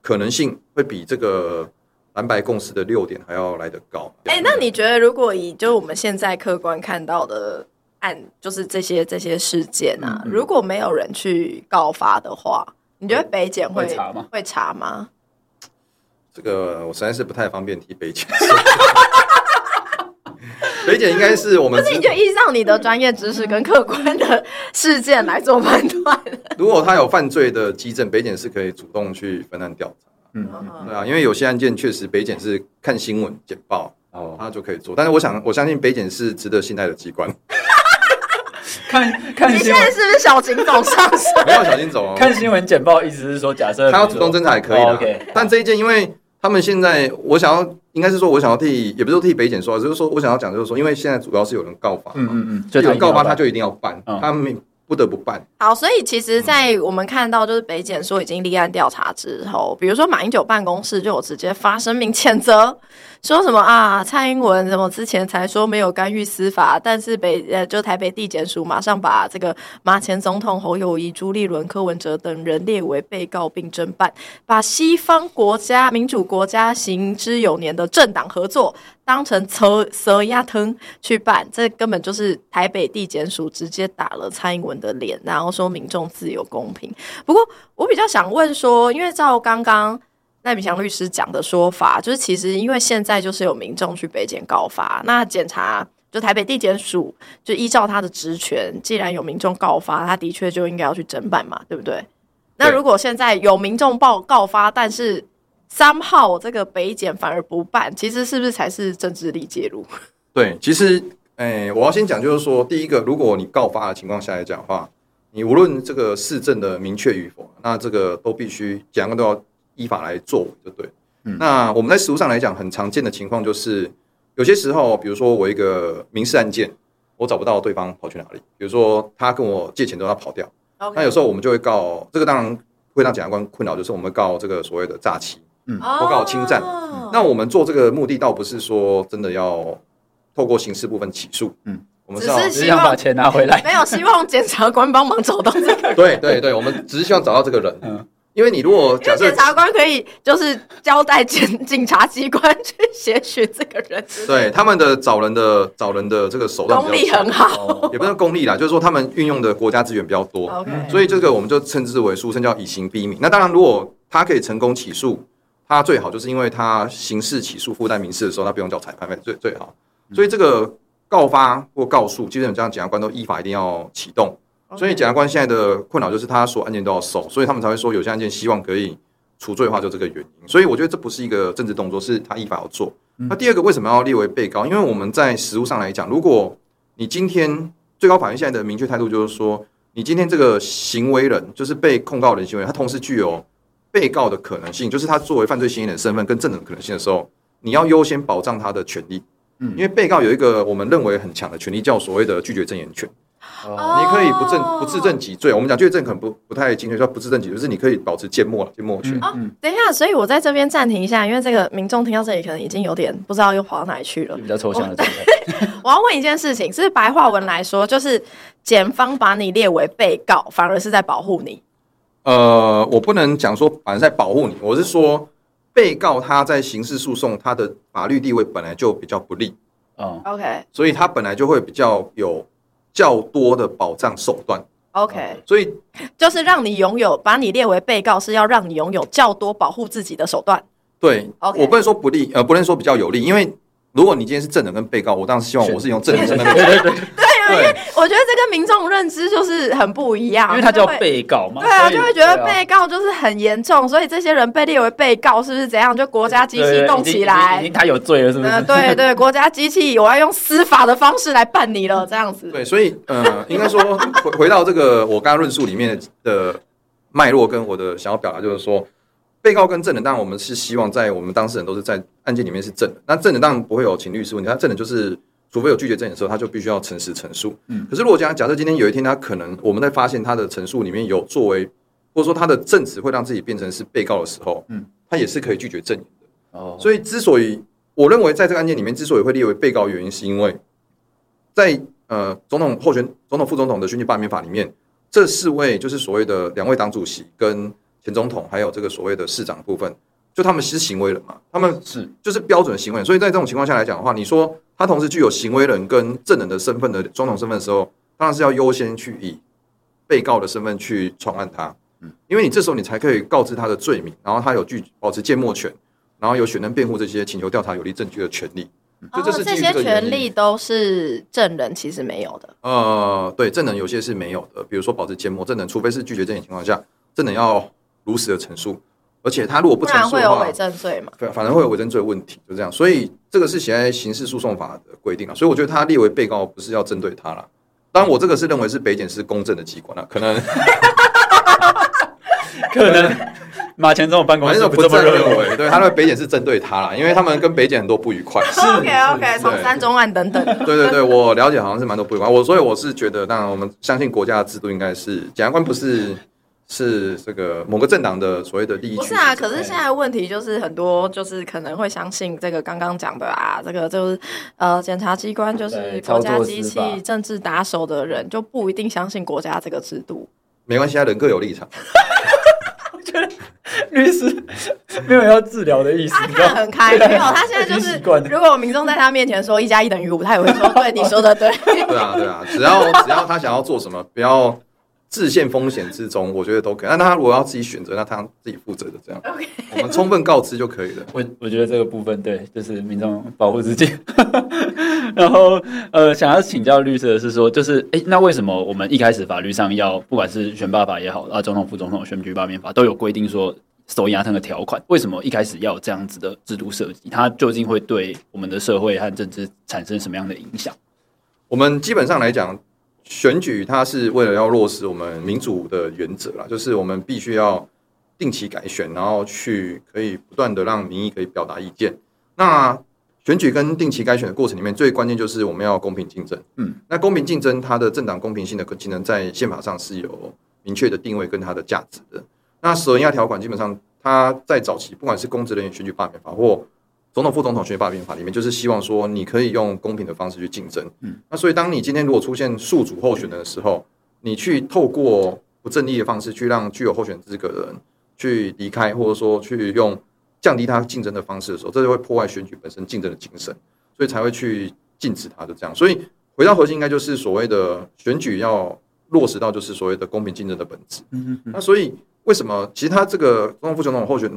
Speaker 3: 可能性会比这个蓝白共识的六点还要来得高。
Speaker 1: 哎、那你觉得如果以就我们现在客观看到的案，就是这些这些事件啊，
Speaker 2: 嗯嗯
Speaker 1: 如果没有人去告发的话，你觉得北检会
Speaker 2: 会查吗？
Speaker 1: 会查吗？
Speaker 3: 这个我实在是不太方便提北姐。 北姐应该是我们
Speaker 1: 那你就依照你的专业知识跟客观的事件来做判断。
Speaker 3: 如果他有犯罪的基证，北检是可以主动去分案调查，
Speaker 2: 嗯
Speaker 1: 哦
Speaker 2: 嗯
Speaker 3: 对啊，因为有些案件确实北检是看新闻简报，
Speaker 2: 哦，
Speaker 3: 他就可以做。但是我想，我相信北检是值得信赖的机 关。
Speaker 2: 看看
Speaker 1: 你
Speaker 2: 新
Speaker 1: 现
Speaker 2: 闻
Speaker 1: 在，是不是小警总上身？
Speaker 3: 没有小心走哦，
Speaker 2: 看新闻简报，意思是说，假设
Speaker 3: 他要主动侦查也可以的。
Speaker 2: 哦，OK
Speaker 3: 但这一件，因为他们现在，我想要应该是说，我想要替，也不是说替北检说，啊就是说我想要讲，就是说，因为现在主要是有人告发，
Speaker 2: 嗯嗯嗯，
Speaker 3: 有人告发他
Speaker 2: 他
Speaker 3: 就一定要办，
Speaker 2: 嗯
Speaker 3: 他们不得不办。
Speaker 1: 好，所以其实，在我们看到就是北检说已经立案调查之后，比如说马英九办公室就有直接发声明谴责，说什么啊，蔡英文什么之前才说没有干预司法，但是北呃就台北地检署马上把这个马前总统侯友谊、朱立伦、柯文哲等人列为被告并侦办，把西方国家民主国家行之有年的政党合作当成蛇蛇压疼去办，这根本就是台北地检署直接打了蔡英文的脸，然后说民众自由公平。不过我比较想问说，因为照刚刚赖明祥律师讲的说法，就是其实因为现在就是有民众去北检告发，那检察就台北地检署就依照他的职权，既然有民众告发，他的确就应该要去侦办嘛，对不对？那
Speaker 3: 对
Speaker 1: 如果现在有民众报告发，但是三号这个北检反而不办，其实是不是才是政治力介入？
Speaker 3: 对，其实，哎、我要先讲，就是说，第一个，如果你告发的情况下来讲的话，你无论这个市政的明确与否，那这个都必须两个都要依法来作为，就对。
Speaker 2: 嗯
Speaker 3: 那我们在实务上来讲，很常见的情况就是，有些时候，比如说我一个民事案件，我找不到对方跑去哪里，比如说他跟我借钱之后他跑掉，那有时候我们就会告，这个当然会让检察官困扰，就是我们会告这个所谓的诈欺。
Speaker 1: 报
Speaker 3: 我告侵占
Speaker 1: 嗯哦
Speaker 3: 那我们做这个目的倒不是说真的要透过刑事部分起诉，
Speaker 2: 嗯
Speaker 3: 嗯，我们
Speaker 1: 只
Speaker 3: 是要
Speaker 1: 是
Speaker 2: 只是想把钱拿回来。
Speaker 1: 没有希望检察官帮忙找到这个人，
Speaker 3: 对对对，我们只是希望找到这个人，
Speaker 2: 嗯
Speaker 3: 因为你如果
Speaker 1: 因
Speaker 3: 假
Speaker 1: 为
Speaker 3: 设
Speaker 1: 检察官可以就是交代检警察机关去协寻这个人，
Speaker 3: 对他们的找人的找人的这个手段
Speaker 1: 功
Speaker 3: 比
Speaker 1: 力
Speaker 3: 较强
Speaker 1: 很，好。
Speaker 2: 哦
Speaker 3: 也不是功力啦，就是说他们运用的国家资源比较多，
Speaker 1: 哦 OK，
Speaker 3: 哦嗯所以这个我们就称之为俗称叫以刑逼民。那当然，如果他可以成功起诉，他最好就是因为他刑事起诉附带民事的时候，他不用叫裁判费，最最好。所以这个告发或告诉，基本上检察官都依法一定要启动。所以检察官现在的困扰就是他所有案件都要收，所以他们才会说有些案件希望可以除罪化，就这个原因。所以我觉得这不是一个政治动作，是他依法要做。那第二个为什么要列为被告？因为我们在实务上来讲，如果你今天最高法院现在的明确态度就是说，你今天这个行为人，就是被控告人行为人，他同时具有被告的可能性，就是他作为犯罪嫌疑人的身份跟证人的可能性的时候，你要优先保障他的权利。嗯，因为被告有一个我们认为很强的权利，叫所谓的拒绝证言权。
Speaker 1: 哦
Speaker 3: 你可以不证不自证己罪，我们讲拒绝证可能不不太精确，叫不自证己罪，就是你可以保持缄默，缄默权。
Speaker 2: 嗯，
Speaker 1: 等一下，所以我在这边暂停一下，因为这个民众听到这里可能已经有点不知道又跑到哪里去了
Speaker 2: 就。
Speaker 3: 嗯
Speaker 2: 比较抽象的状态。
Speaker 1: 我要问一件事情，是白话文来说，就是检方把你列为被告，反而是在保护你。
Speaker 3: 呃，我不能讲说反正在保护你，我是说被告他在刑事诉讼他的法律地位本来就比较不利，
Speaker 2: 嗯，
Speaker 1: OK
Speaker 3: 所以他本来就会比较有较多的保障手段，
Speaker 1: OK，
Speaker 3: 所以
Speaker 1: 就是让你拥有，把你列为被告是要让你拥有较多保护自己的手段。
Speaker 3: 对
Speaker 1: OK
Speaker 3: 我不能说不利，呃，不能说比较有利，因为如果你今天是证人跟被告，我当然是希望我是 用证人身份
Speaker 2: 嗯对对对，
Speaker 3: 对，啊
Speaker 1: 我觉得这跟民众认知就是很不一样，
Speaker 2: 因为他
Speaker 1: 就
Speaker 2: 叫
Speaker 1: 会。
Speaker 2: 被告嘛，
Speaker 1: 对啊，
Speaker 2: 所以
Speaker 1: 就会觉得
Speaker 2: 对啊
Speaker 1: 被告就是很严重，所以这些人被列为被告，是不是怎样？就国家机
Speaker 2: 对对
Speaker 1: 器
Speaker 2: 对
Speaker 1: 动
Speaker 2: 已经
Speaker 1: 起来，
Speaker 2: 已经已经他有罪了，是不是
Speaker 1: 呃，？对 对，国家机器，我要用司法的方式来办你了，这样子。
Speaker 3: 对，所以呃，应该说回回到这个我刚刚论述里面的脉络，跟我的想要表达就是说，被告跟证人，当然我们是希望在我们当事人都是在案件里面是证人，那证人当然不会有请律师问题，他证人就是。除非有拒绝证言的时候，他就必须要诚实陈述。
Speaker 2: 嗯
Speaker 3: 可是如果讲假设今天有一天他可能我们在发现他的陈述里面有作为，或者说他的证词会让自己变成是被告的时候，
Speaker 2: 嗯
Speaker 3: 嗯，他也是可以拒绝证言。
Speaker 2: 哦，
Speaker 3: 所以，之所以我认为在这个案件里面，之所以会列为被告，原因是因为在呃总统候选、总统、副总统的选举罢免法里面，这四位就是所谓的两位党主席跟前总统，还有这个所谓的市长部分，就他们是行为人嘛，他们
Speaker 2: 是
Speaker 3: 就是标准行为人。所以在这种情况下来讲的话，你说他同时具有行为人跟证人的身份的总统身份的时候，当然是要优先去以被告的身份去传案他，嗯，因为你这时候你才可以告知他的罪名，然后他有具保持缄默权，然后有选任辩护这些请求调查有利证据的权利。就这是基于
Speaker 1: 哦些
Speaker 3: 个原因
Speaker 1: 权利都是证人其实没有的。
Speaker 3: 呃，对，证人有些是没有的，比如说保持缄默，证人除非是拒绝证言情况下，证人要如实的陈述，而且他如果不
Speaker 1: 不
Speaker 3: 陈
Speaker 1: 然
Speaker 3: 述
Speaker 1: 会
Speaker 3: 的
Speaker 1: 有
Speaker 3: 话
Speaker 1: 伪，证罪嘛？
Speaker 3: 反反而会有伪证罪问题，就这样。所以这个是写在刑事诉讼法的规定啊，所以我觉得他列为被告不是要针对他啦。当然，我这个是认为是北检是公正的机关啊，可能
Speaker 2: 可能马前总统办公
Speaker 3: 反
Speaker 2: 室
Speaker 3: 正
Speaker 2: 不
Speaker 3: 不
Speaker 2: 这么
Speaker 3: 正
Speaker 2: 认
Speaker 3: 认
Speaker 2: 为。
Speaker 3: 为，对，他认为北检是针对他啦，因为他们跟北检很多不愉快。
Speaker 1: OK OK，从
Speaker 3: 对
Speaker 1: 三中案等等。
Speaker 3: 对对对，我了解好像是蛮多不愉快，我所以我是觉得，当然我们相信国家的制度应该是检察官不是是这个某个政党的所谓的利益
Speaker 1: 不
Speaker 3: 驱使
Speaker 1: 是
Speaker 3: 者。
Speaker 1: 啊，可是现在问题就是很多，就是可能会相信这个刚刚讲的啊，这个就是呃，检察机关就是
Speaker 2: 对
Speaker 1: 国家
Speaker 2: 操作
Speaker 1: 机
Speaker 2: 司法
Speaker 1: 器、政治打手的人，就不一定相信国家这个制度。
Speaker 3: 没关系啊，人各有立场。
Speaker 2: 律师没有要治疗的意思，
Speaker 1: 啊他
Speaker 2: 你知道
Speaker 1: 看
Speaker 2: 吗
Speaker 1: 得很开，没有，他现在就
Speaker 2: 已经
Speaker 1: 是
Speaker 2: 习惯了，
Speaker 1: 如果民众在他面前说一加一等于五，他也会说对，你说的 对。
Speaker 3: 对啊，对啊，只要 只要他想要做什么，不要自陷风险之中，我觉得都可以。那他如果要自己选择，那他自己负责的这样
Speaker 1: OK
Speaker 3: 我们充分告知就可以了。
Speaker 2: 我我觉得这个部分对，就是民众保护自己。 然后呃，想要请教律师的是说，就是哎，诶那为什么我们一开始法律上要，不管是选罢法也好，啊，总统、副总统选举罢免法都有规定说收押那个条款，为什么一开始要有这样子的制度设计？它究竟会对我们的社会和政治产生什么样的影响？
Speaker 3: 我们基本上来讲，选举它是为了要落实我们民主的原则啦，就是我们必须要定期改选，然后去可以不断的让民意可以表达意见。那选举跟定期改选的过程里面，最关键就是我们要公平竞争。
Speaker 2: 嗯，
Speaker 3: 那公平竞争，它的政党公平性的竞争，在宪法上是有明确的定位跟它的价值的。那十人押条款基本上，它在早期不管是公职人员选举罢免法或总统、副总统选举罢免法里面，就是希望说你可以用公平的方式去竞争。那所以，当你今天如果出现宿主候选人的时候，你去透过不正义的方式去让具有候选资格的人去离开，或者说去用降低他竞争的方式的时候，这就会破坏选举本身竞争的精神，所以才会去禁止他的这样。所以回到核心，应该就是所谓的选举要落实到就是所谓的公平竞争的本质。
Speaker 2: 嗯
Speaker 3: 那所以为什么其实他这个总统、副总统候选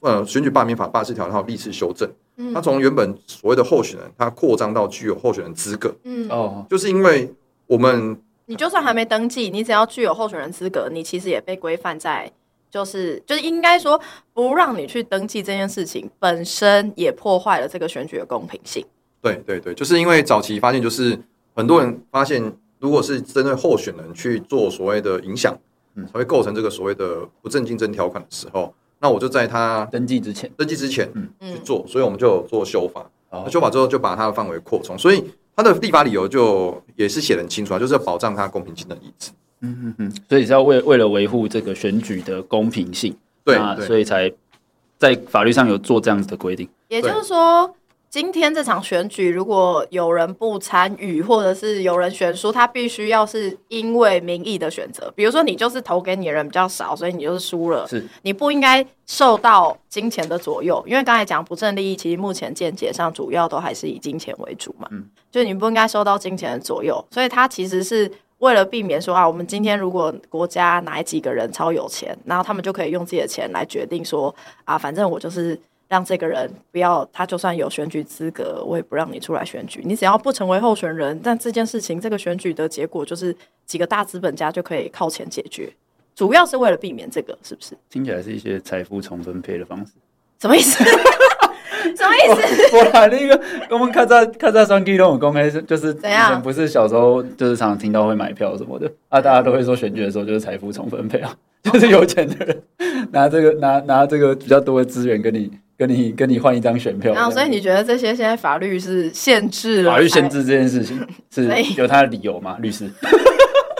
Speaker 3: 呃选举罢免法八十条，它有历次修正，它从原本所谓的候选人，它扩张到具有候选人资格。
Speaker 1: 嗯，
Speaker 2: 哦，
Speaker 3: 就是因为我们
Speaker 1: 你就算还没登记，你只要具有候选人资格，你其实也被规范在，就是就是应该说不让你去登记这件事情本身也破坏了这个选举的公平性。
Speaker 3: 对对对，就是因为早期发现，就是很多人发现，如如果是针对候选人去做所谓的影响，
Speaker 2: 嗯
Speaker 3: 才会构成这个所谓的不正竞争条款的时候，那我就在他
Speaker 2: 登记之前，
Speaker 3: 登记之前去
Speaker 1: 嗯，
Speaker 3: 做，所以我们就有做修法。
Speaker 2: 哦
Speaker 3: 那修法之后就把它的范围扩充，所以它的立法理由就也是写得很清楚啊，就是要保障它公平竞争意志。
Speaker 2: 嗯嗯嗯，所以是要为为了维护这个选举的公平性，
Speaker 3: 对
Speaker 2: 那
Speaker 3: 对
Speaker 2: 所以才在法律上有做这样子的规定。
Speaker 1: 也就是说，今天这场选举如果有人不参与，或者是有人选输，他必须要是因为民意的选择。比如说，你就是投给你的人比较少，所以你就是输了，
Speaker 2: 是
Speaker 1: 你不应该受到金钱的左右，因为刚才讲不正利益，其实目前见解上主要都还是以金钱为主嘛，
Speaker 2: 嗯
Speaker 1: 就你不应该受到金钱的左右，所以它其实是。为了避免说啊，我们今天如果国家哪几个人超有钱，然后他们就可以用自己的钱来决定说啊，反正我就是让这个人不要，他就算有选举资格，我也不让你出来选举。你只要不成为候选人，但这件事情，这个选举的结果就是几个大资本家就可以靠钱解决，主要是为了避免这个，是不是？
Speaker 2: 听起来是一些财富重分配的方式。
Speaker 1: 什么意思？什么意思？
Speaker 2: 我啦，那个我们咔嚓咔嚓双 K 都有公开，就是以
Speaker 1: 怎样
Speaker 2: 前不是小时候就是常常听到会买票什么的啊，大家都会说选举的时候就是财富重分配啊， 就是有钱的人拿这个拿拿这个比较多的资源跟你跟你跟你换一张选票。
Speaker 1: 然后，哦
Speaker 2: 这
Speaker 1: 所以
Speaker 2: 样
Speaker 1: 你觉得这些现在法律是限制了？
Speaker 2: 法律限。制这件事 情是
Speaker 1: 所以
Speaker 2: 有它的理由吗？律师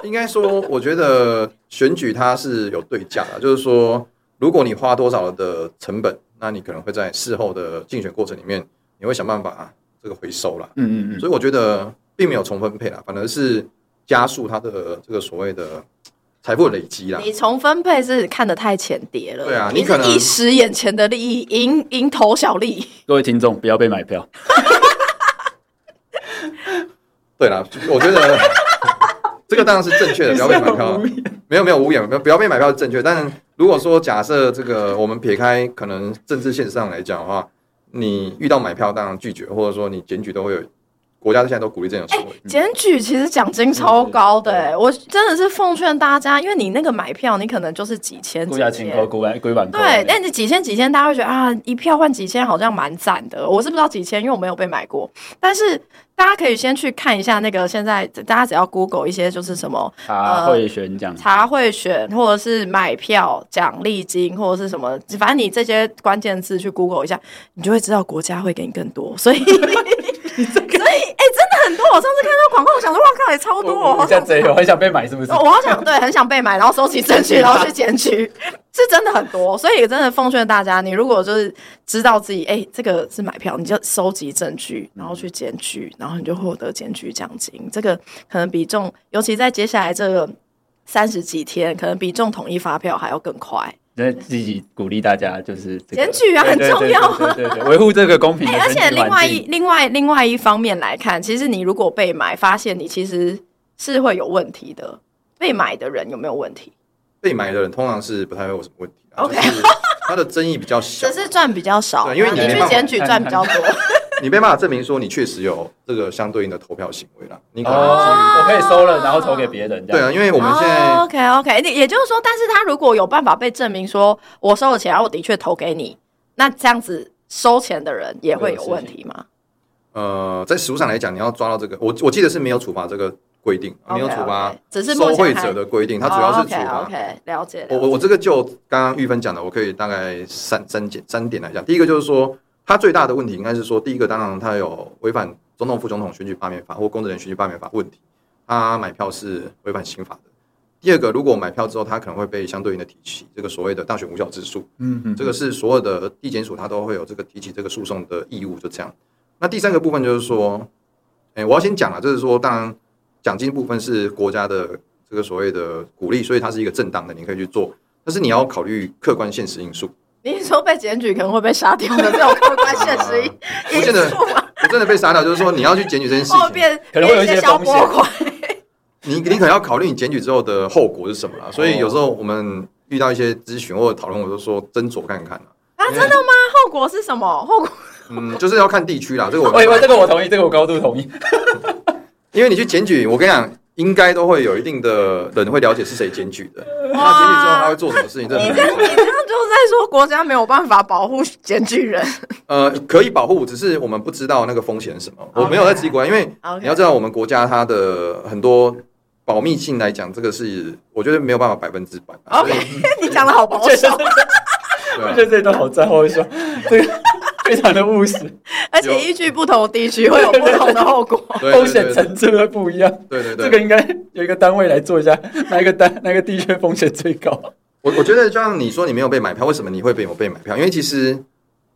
Speaker 3: 应该说，我觉得选举它是有对价的，就是说，如果你花多少的成本，那你可能会在事后的竞选过程里面，你会想办法这个回收啦。
Speaker 2: 嗯嗯嗯，
Speaker 3: 所以我觉得并没有重分配啦，反而是加速它的这个所谓的财富累积啦。
Speaker 1: 你重分配是看得太浅碟了，
Speaker 3: 对啊
Speaker 1: 你
Speaker 3: 你
Speaker 1: 是
Speaker 3: 可能
Speaker 1: 一时眼前的利益，蝇蝇头小利。
Speaker 2: 各位听众不要被买 票，
Speaker 3: 对啦，我觉得这个当然是正确的，不要被买票。啊没有没有无眼，不要不要被买票是正确。但如果说假设这个我们撇开可能政治现实上来讲的话，你遇到买票当然拒绝，或者说你检举都会有，国家现在都鼓励这种行为。
Speaker 1: 检举其实奖金超高的、
Speaker 2: 嗯
Speaker 1: 欸，我真的是奉劝大家，因为你那个买票，你可能就是几千
Speaker 2: 顾
Speaker 1: 几
Speaker 2: 家清高，
Speaker 1: 千。
Speaker 2: 顾板龟板扣
Speaker 1: 对，但你几千几千，大家会觉得啊，一票换几千好像蛮赞的。我是不知道几千，因为我没有被买过。但是大家可以先去看一下那个，现在大家只要 Google 一些就是什么
Speaker 2: 他会选奖，
Speaker 1: 茶会选，或者是买票奖励金，或者是什么，反正你这些关键字去 Google 一下，你就会知道国家会给你更多。所以，所以，哎、真的很多。我上次看到广告，我想说，哇靠，也超多，哦我 好
Speaker 2: 你像
Speaker 1: 想，
Speaker 2: 贼，我很想被买，是不是？
Speaker 1: 哦我好想，对，很想被买，然后收集证 据，
Speaker 2: 啊
Speaker 1: 然后去检举，是真的很多。所以，真的奉劝大家，你如果就是知道自己，哎、这个是买票，你就收集证据，
Speaker 2: 嗯
Speaker 1: 然后去检举，然后你就获得检举奖金。这个可能比重，尤其在接下来这个。三十几天，可能比中统一发票还要更快。
Speaker 2: 那自己鼓励大家就是这个
Speaker 1: 检举啊
Speaker 2: 对对
Speaker 1: 很重要啊
Speaker 2: 对对对对对，维护这个公平的
Speaker 1: 哎、而
Speaker 2: 选举
Speaker 1: 且
Speaker 2: 环
Speaker 1: 另
Speaker 2: 境。
Speaker 1: 外一另外另外一方面来看，其实你如果被买，发现你其实是会有问题的。被买的人有没有问题？
Speaker 3: 被买的人通常是不太会有什么问题啊
Speaker 1: OK
Speaker 3: 就是它的争议比较小
Speaker 1: 只。是赚比较少，
Speaker 3: 对因为
Speaker 1: 然
Speaker 3: 你
Speaker 1: 后你
Speaker 3: 没
Speaker 1: 去
Speaker 3: 办法
Speaker 1: 检举赚比较多。
Speaker 3: 你没办法证明说你确实有这个相对应的投票行为啦，你可能基于、
Speaker 2: 哦，我可以收了，然后投给别人。这
Speaker 3: 对
Speaker 2: 样
Speaker 3: 啊，，因为 我们现在、
Speaker 1: o k OK，也哦就是说，但是他如果有办法被证明说我收了钱，然后我的确投给你，那这样子收钱的人也会有问题吗？
Speaker 3: 呃，在实务上来讲，你要抓到这个，我我记得是没有处罚这个规定，啊没有
Speaker 1: OK，OK，
Speaker 3: 处罚
Speaker 1: 只是目
Speaker 3: 受
Speaker 1: 前
Speaker 3: 贿
Speaker 1: 还
Speaker 3: 者的规定，它主要是处
Speaker 1: o k
Speaker 3: 罚。
Speaker 1: OK，了解。
Speaker 3: 我
Speaker 1: 了
Speaker 3: 我
Speaker 1: 解
Speaker 3: 我这个就刚刚玉芬讲的，我可以大概三三点三点来讲。第一个就是说，它最大的问题应该是说，第一个当然它有违反总统、副总统选举罢免法或公职人选举罢免法问题，他买票是违反刑法的。第二个，如果买票之后，他可能会被相对应的提起这个所谓的当选无效之诉，
Speaker 2: 嗯嗯，
Speaker 3: 这个是所有的地检署它都会有这个提起这个诉讼的义务，就这样。那第三个部分就是说，哎、我要先讲了，就是说，当然奖金部分是国家的这个所谓的鼓励，所以它是一个正当的，你可以去做。但是你要考虑客观现实因素，
Speaker 1: 你是说被检举可能会被杀掉的这种客观现 实
Speaker 3: 啊
Speaker 1: 因
Speaker 3: 我
Speaker 1: 因
Speaker 3: 真的
Speaker 1: 素吗？
Speaker 3: 我真的被杀掉，就是说你要去检举这件事
Speaker 1: 后
Speaker 3: 情，
Speaker 1: 变
Speaker 2: 可能会有一
Speaker 1: 变
Speaker 2: 些
Speaker 1: 消
Speaker 2: 风险
Speaker 1: 波款。
Speaker 3: 你你可能要考虑你检举之后的后果是什么啦。所以有时候
Speaker 1: 哦
Speaker 3: 我们遇到一些咨询或者讨论，我就说斟酌看看啦
Speaker 1: 啊，真的吗？后果是什么？后果
Speaker 3: 嗯，就是要看地区啦，这个我
Speaker 2: 我我这个我同意，这个我高度同意。
Speaker 3: 因为你去检举，我跟你讲，应该都会有一定的人会了解是谁检举的。那检举之后他会做什么事情？这
Speaker 1: 你
Speaker 3: 很
Speaker 1: 这
Speaker 3: 难
Speaker 1: 样
Speaker 3: 说
Speaker 1: 你这样就是在说国家没有办法保护检举人。
Speaker 3: 呃，可以保护，只是我们不知道那个风险是什么。我没有在自己国家，因为
Speaker 1: OK
Speaker 3: 你要知道，我们国家它的很多保密性来讲，这个是我觉得没有办法百分之百啊。
Speaker 1: OK，
Speaker 3: 所以
Speaker 1: 你讲的好保
Speaker 2: 我觉
Speaker 1: 守，
Speaker 2: 得
Speaker 3: 对
Speaker 2: 我
Speaker 3: 啊
Speaker 2: 觉得这一段好赞，我会说这个 非常的务实，
Speaker 1: 而且依据不同地区会有不同的后果。
Speaker 3: 对
Speaker 2: 风
Speaker 3: 对
Speaker 2: 险
Speaker 3: 对对
Speaker 2: 层次会不一样。
Speaker 3: 啊对啊对对，
Speaker 2: 这个应该有一个单位来做一下，哪一个单哪一个地区风险最高？
Speaker 3: 我我觉得就像你说你没有被买票，为什么你会被有被买票？因为其实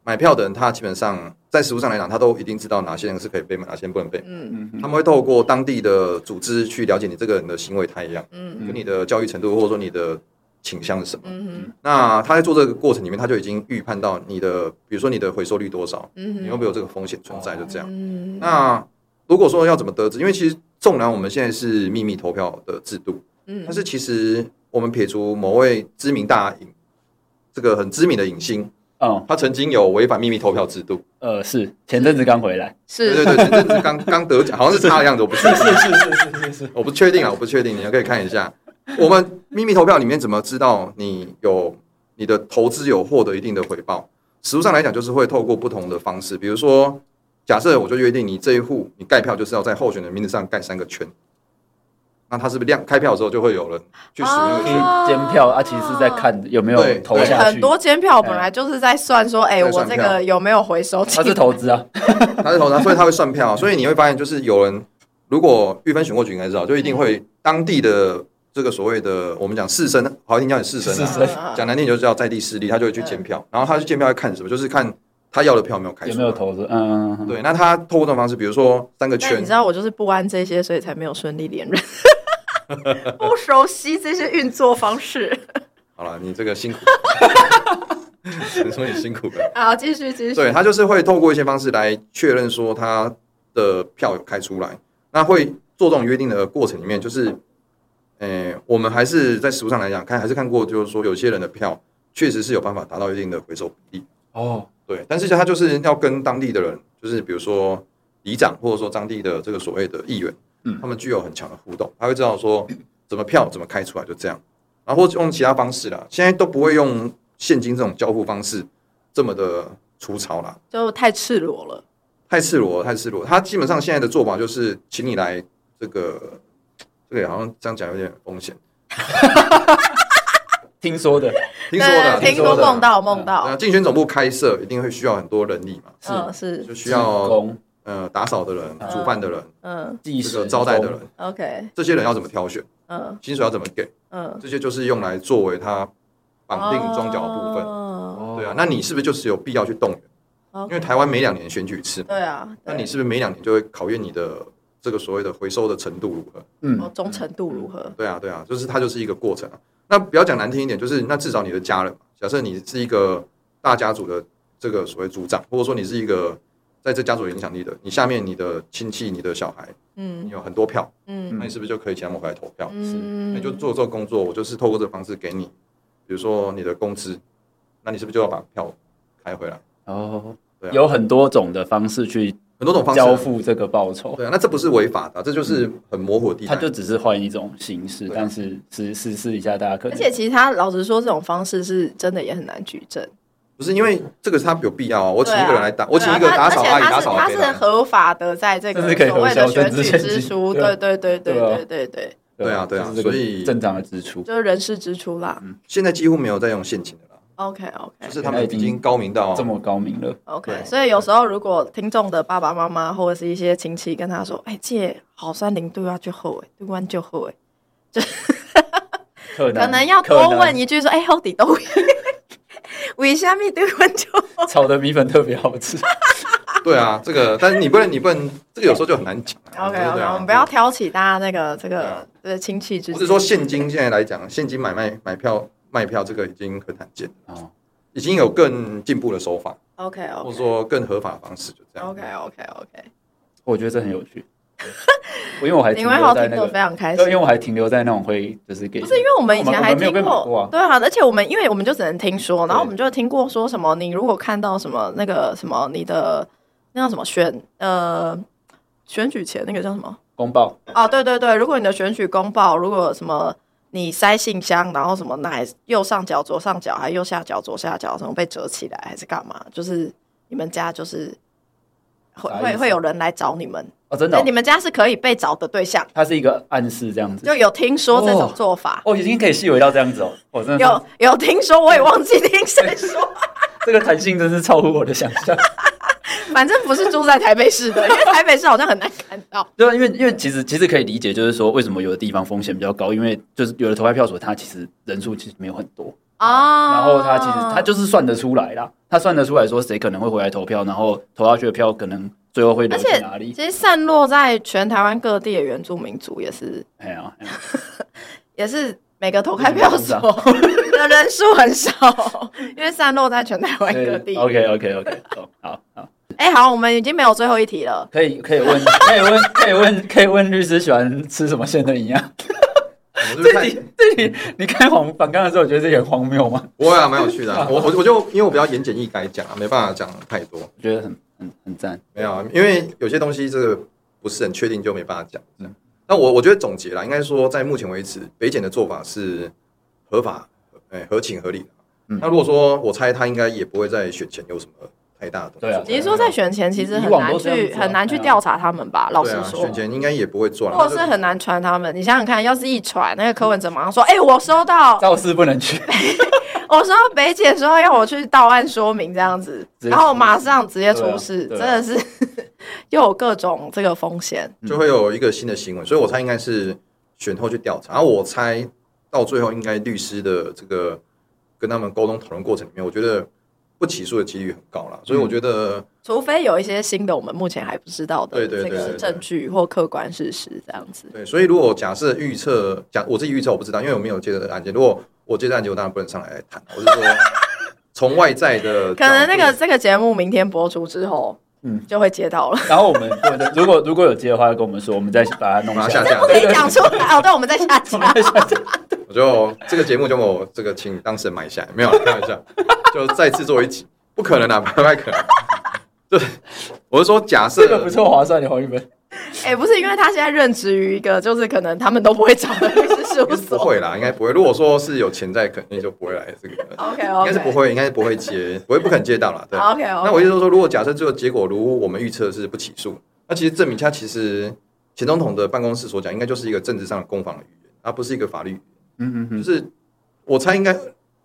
Speaker 3: 买票的人他基本上在实物上来讲，他都一定知道哪些人是可以被买，哪些人不能被买。
Speaker 1: 嗯
Speaker 2: 嗯
Speaker 3: 他们会透过当地的组织去了解你这个人的行为态样，
Speaker 1: 嗯
Speaker 3: 跟你的教育程度或者说你的倾向是什么。
Speaker 1: 嗯
Speaker 3: 那他在做这个过程里面，他就已经预判到你的，比如说你的回收率多少，
Speaker 1: 嗯
Speaker 3: 你有没有这个风险存在，就这样。
Speaker 1: 嗯
Speaker 3: 那如果说要怎么得知，因为其实纵然我们现在是秘密投票的制度，
Speaker 1: 嗯
Speaker 3: 但是其实我们撇除某位知名大影，这个很知名的影星，
Speaker 2: 哦，
Speaker 3: 他曾经有违反秘密投票制度。
Speaker 2: 呃，是前阵子刚回来，
Speaker 1: 是
Speaker 3: 对对对，前阵子刚刚得 奖，好像是他的样子，我不确定，
Speaker 2: 是是是是
Speaker 3: 我不确定啊，我不确定，你们可以看一下。我们秘密投票里面怎么知道你有你的投资有获得一定的回报？实物上来讲，就是会透过不同的方式，比如说，假设我就约定你这一户你盖票就是要在候选人名字上盖三个圈，那他是不是亮开票的时候就会有人去数那个圈？
Speaker 1: 哦
Speaker 2: 监票啊，其实是在看有没有
Speaker 3: 对
Speaker 2: 投
Speaker 3: 对
Speaker 2: 下
Speaker 1: 很
Speaker 2: 去，啊哎
Speaker 1: 多监票本来就是在算说，哎，
Speaker 3: 在
Speaker 1: 我
Speaker 3: 算
Speaker 1: 这
Speaker 3: 票
Speaker 1: 个有没有回收
Speaker 2: 他
Speaker 1: 金
Speaker 2: 是？投资啊，
Speaker 3: 他是投他，所以他会算票，啊
Speaker 2: 嗯
Speaker 3: 所以你会发现，就是有人如果玉芬选过举应该知道，就一定会当地的这个所谓的我们讲士绅，好听叫你士绅、
Speaker 2: 士
Speaker 3: 啊，
Speaker 2: 绅嗯
Speaker 1: 嗯
Speaker 3: 讲难听就是叫在地势力，他就会去监票，然后他去监票会看什么，就是看他要的票有没有开出
Speaker 2: 有
Speaker 3: 来
Speaker 2: 没有投资？嗯，嗯，嗯
Speaker 3: 对，那他透过这种方式，比如说三个
Speaker 1: 但
Speaker 3: 圈
Speaker 1: 你知，道我就是不安这些，所以才没有顺利连 任，不熟悉这些运作方式。
Speaker 3: 好了，你这 个辛苦， 只能说你辛苦了。
Speaker 1: 好，继续继续。
Speaker 3: 对他就是会透过一些方式来确认说他的票有开出来，那会做这种约定的过程里面，就是，诶、我们还是在实物上来讲，看还是看过，就是说有些人的票确实是有办法达到一定的回收比例，
Speaker 2: 哦，
Speaker 3: 对，但是他就是要跟当地的人，就是比如说里长或者说当地的这个所谓的议员，
Speaker 2: 嗯
Speaker 3: 他们具有很强的互动，他会知道说怎么票怎么开出来，就这样，然后或者用其他方式啦，现在都不会用现金这种交付方式这么的粗糙啦。
Speaker 1: 就太赤裸了。
Speaker 3: 太赤裸了，太赤裸了。他基本上现在的做法就是，请你来这个，这个好像这样讲有点风险。
Speaker 2: 听说的，
Speaker 3: 听说的，
Speaker 1: 对听
Speaker 3: 说
Speaker 1: 说
Speaker 3: 的。
Speaker 1: 梦到梦
Speaker 3: 呃，
Speaker 1: 到，
Speaker 3: 竞选总部开设一定会需要很多人力嘛，
Speaker 1: 嗯是
Speaker 3: 就需要
Speaker 2: 工
Speaker 3: 呃打扫的人、煮饭的人、
Speaker 1: 嗯
Speaker 2: 技
Speaker 3: 这个
Speaker 2: 师、
Speaker 3: 招待的人，
Speaker 1: OK
Speaker 3: 这些人要怎么挑选，
Speaker 1: 嗯
Speaker 3: 薪水要怎么给，
Speaker 1: 嗯，
Speaker 3: 这些就是用来作为他
Speaker 1: 哦
Speaker 3: 绑定庄脚的部分。
Speaker 1: 分，
Speaker 2: 工，
Speaker 3: 对啊，那你是不是就是有必要去动员？因为台湾每两年选举一次嘛，
Speaker 1: 哦对啊，
Speaker 3: 那
Speaker 1: 对
Speaker 3: 你是不是每两年就会考验你的这个所谓的回收的程度如何？
Speaker 1: 哦
Speaker 2: 嗯，
Speaker 1: 忠诚度如何？
Speaker 3: 对啊，对啊，就是它就是一个过程啊。那不要讲难听一点，就是那至少你的家人嘛，假设你是一个大家族的这个所谓族长，或者说你是一个在这家族有影响力的，你下面你的亲戚、你的小孩，你
Speaker 1: 嗯
Speaker 3: 有很多票，
Speaker 1: 嗯
Speaker 3: 那你是不是就可以请他们回来投票？
Speaker 1: 嗯，
Speaker 3: 那你就做这个工作，我就是透过这个方式给你，比如说你的工资，那你是不是就要把票开回来？
Speaker 2: 哦
Speaker 3: 对啊，
Speaker 2: 有很多种的方式去
Speaker 3: 很多种方式啊、
Speaker 2: 交付这个报酬，
Speaker 3: 对啊，那这不是违法的啊、这就是
Speaker 1: 嗯
Speaker 3: 很模糊的地带。啊
Speaker 2: 它就只是换一种形式，
Speaker 3: 对啊
Speaker 2: 但是实实施一下，大家可
Speaker 1: 而
Speaker 2: 能
Speaker 1: 且其实他老实说，这种方式是真的也很难举证。
Speaker 3: 不是因为这个，它有必要啊！我请一个
Speaker 1: 对啊
Speaker 3: 人来打，我请一
Speaker 1: 对
Speaker 3: 个
Speaker 1: 啊他
Speaker 3: 打扫阿姨
Speaker 1: 而且
Speaker 3: 打
Speaker 1: 他是
Speaker 3: 扫
Speaker 1: 他
Speaker 3: 阿姨
Speaker 1: 是
Speaker 3: 来。
Speaker 1: 合法的，在这个
Speaker 2: 甚至可以
Speaker 1: 所谓
Speaker 2: 核销
Speaker 1: 的选
Speaker 2: 政治
Speaker 1: 举
Speaker 2: 现
Speaker 1: 支
Speaker 2: 金
Speaker 1: 出，
Speaker 2: 对啊
Speaker 1: 对对对对
Speaker 2: 对啊
Speaker 1: 对对对，
Speaker 3: 对啊对啊
Speaker 2: 就是这个
Speaker 3: 所以
Speaker 2: 正常的支出，
Speaker 1: 就是人事支出啦。
Speaker 3: 现在几乎没有在用现金的啦，
Speaker 1: OK OK
Speaker 3: 就是他们已经高明到
Speaker 2: 这么高明了，
Speaker 1: OK，
Speaker 3: 对
Speaker 1: 所以有时候如果听众的爸爸妈妈或者是一些亲戚跟他说：“哎，借好三零对啊就后哎，对弯就后哎。”
Speaker 2: 可能
Speaker 1: 可能要多问一句说：“哎，好底都 为虾米对弯就
Speaker 2: 可能炒的米粉特别好吃，
Speaker 3: 对啊，这个，但是你不能，你不能，这个有时候就很难讲啊。
Speaker 1: ？”OK
Speaker 3: 对
Speaker 1: OK，
Speaker 3: 啊
Speaker 1: 我们不要。挑起大家那个这
Speaker 3: 对
Speaker 1: 个
Speaker 3: 啊
Speaker 1: 这个亲戚之间。
Speaker 3: 我只是说现金现在来讲，现金买卖买票卖票这个已经很罕见，
Speaker 2: 哦，
Speaker 3: 已经有更进步的手法，
Speaker 1: OK 哦
Speaker 3: 或
Speaker 1: OK
Speaker 3: 者说更合法的方式，就这样。
Speaker 1: OK OK OK，
Speaker 2: 我觉得这很有趣，我因为 我还停
Speaker 1: 林威豪
Speaker 2: 留在
Speaker 1: 听
Speaker 2: 那
Speaker 1: 得非
Speaker 2: 个，
Speaker 1: 常开
Speaker 2: 对
Speaker 1: 心
Speaker 2: 因为。我还停留在那种会，就是给
Speaker 1: 不是因为我们以前还听
Speaker 2: 我们没有被买过啊
Speaker 1: 对啊，而且我们因为我们就只能听说，然后我
Speaker 3: 对
Speaker 1: 们就听过说什么，你如果看到什么那个什么你的那叫什么选呃选举前那个叫什么
Speaker 2: 公报，
Speaker 1: 哦，对对对，如果你的选举公报如果什么你塞信箱，然后什么奶右上角、左上角还右下角、左下角什么被折起来还是干嘛，就是你们家就是会
Speaker 2: 啥意
Speaker 1: 会
Speaker 2: 思
Speaker 1: 会有人来找你们，
Speaker 2: 哦，真的
Speaker 1: 所
Speaker 2: 哦、
Speaker 1: 以你们家是可以被找的对象，
Speaker 2: 它是一个暗示这样子。
Speaker 1: 就有听说这种做法。
Speaker 2: 哦，已经可以细微到这样子哦，我、真的
Speaker 1: 有有听说，我也忘记听谁说，
Speaker 2: 这个弹性真是超乎我的想象。
Speaker 1: 反正不是住在台北市的，因为台北市好像很难看到。
Speaker 2: 对啊，因为因为其实其实可以理解，就是说为什么有的地方风险比较高，因为就是有的投开票所它其实人数其实没有很多，
Speaker 1: 哦，
Speaker 2: 然后它其实它就是算得出来啦，它算得出来说谁可能会回来投票，然后投下去的票可能最后会
Speaker 1: 而
Speaker 2: 流去
Speaker 1: 且
Speaker 2: 哪里。
Speaker 1: 其实散落在全台湾各地的原住民族也是
Speaker 2: 哎呀、哎呀
Speaker 1: 也是每个投开票
Speaker 2: 嗯
Speaker 1: 所 的人数很少， 因为散落在全台湾各地。
Speaker 2: OK OK OK，好好好，
Speaker 1: 哎、好，我们已经没有最后一题了。
Speaker 2: 可以可以问可以问可以问可以问律师喜欢吃什么馅的营养？
Speaker 3: 我就
Speaker 2: 这
Speaker 3: 看
Speaker 2: 题这题你看黄反刚的时候，你觉得这题很荒谬吗？
Speaker 3: 我也蛮有趣的啊、我我我就因为我比较言简意赅讲啊，没办法讲太多。
Speaker 2: 我觉得很很很赞。
Speaker 3: 没有啊，因为有些东西这个不是很确定，就没办法讲。
Speaker 2: 嗯
Speaker 3: 那我我觉得总结啦，应该说在目前为止，北检的做法是合法、哎、合情合理的。
Speaker 2: 嗯
Speaker 3: 那如果说我猜他应该也不会在选前有什么太大的动作
Speaker 2: 对啊
Speaker 1: 你是说在选前其实很
Speaker 2: 以往
Speaker 1: 难
Speaker 2: 都这样
Speaker 1: 去
Speaker 2: 子啊
Speaker 1: 很难去调查他们吧？老实
Speaker 3: 对啊，
Speaker 1: 说
Speaker 3: 选，前应该也不会做啦。
Speaker 1: 或者是很难传他们。你想想看，要是一传，那个柯文哲马上 说：“哎、我 收到，
Speaker 2: 肇事不 能去，
Speaker 1: 我收到北姐说要我去到案说明这样子，
Speaker 2: 直接出事
Speaker 1: 然后马上直接出事，
Speaker 2: 对
Speaker 1: 真
Speaker 2: 啊对啊
Speaker 1: 的是 又有各种这个风险。
Speaker 3: 就会有一个新的新闻，所以我猜应该是选后去调查。然后我猜到最后，应该律师的这个跟他们沟通讨论过程里面，我觉得不起诉的几率很高啦。所以我觉得
Speaker 1: 除非有一些新的我们目前还不知道的
Speaker 3: 对对
Speaker 1: 这
Speaker 3: 对
Speaker 1: 个
Speaker 3: 对对
Speaker 1: 证据或客观事实这样子。
Speaker 3: 对，所以如果假设预测，假我自己预测我不知道，因为我没有接这个案件。如果我接这案件，我当然不能上来谈。我 是说，从外在的角度，
Speaker 1: 可能那个这个节目明天播出之后，
Speaker 2: 嗯
Speaker 1: 嗯，就会接到了。
Speaker 2: 然后我们对对，如果如果有接的话，跟我们说，我们再把它弄
Speaker 3: 把它
Speaker 2: 下 来。
Speaker 3: 下架
Speaker 1: 不，可以讲出来哦，对，我们在下
Speaker 2: 我
Speaker 1: 架。
Speaker 2: 们再下架
Speaker 3: 我就这个节目就我这个请当事人买下来，没有啦开玩笑，就再制作一集，不可能啊，不太可能。对，我是说假设
Speaker 2: 这个不错，划算的黄玉芬。
Speaker 1: 哎、不是，因为他现在任职于一个就是可能他们都不会找的律师事务
Speaker 3: 应该是不
Speaker 1: 所。
Speaker 3: 会啦，应该不会。如果说是有潜在，肯定就不会来这个，
Speaker 1: OK
Speaker 3: 应
Speaker 1: OK，
Speaker 3: 该是不。会，应该是不会接，不会不肯接到啦。对。
Speaker 1: OK
Speaker 3: 那我
Speaker 1: OK，
Speaker 3: 意思就是说，如果假设最后结果如我们预测是不起诉，那其实证明他其实前总统的办公室所讲，应该就是一个政治上的攻防的语言，而不是一个法律语言。
Speaker 2: 嗯嗯
Speaker 3: 就
Speaker 2: 嗯，
Speaker 3: 是我猜应该，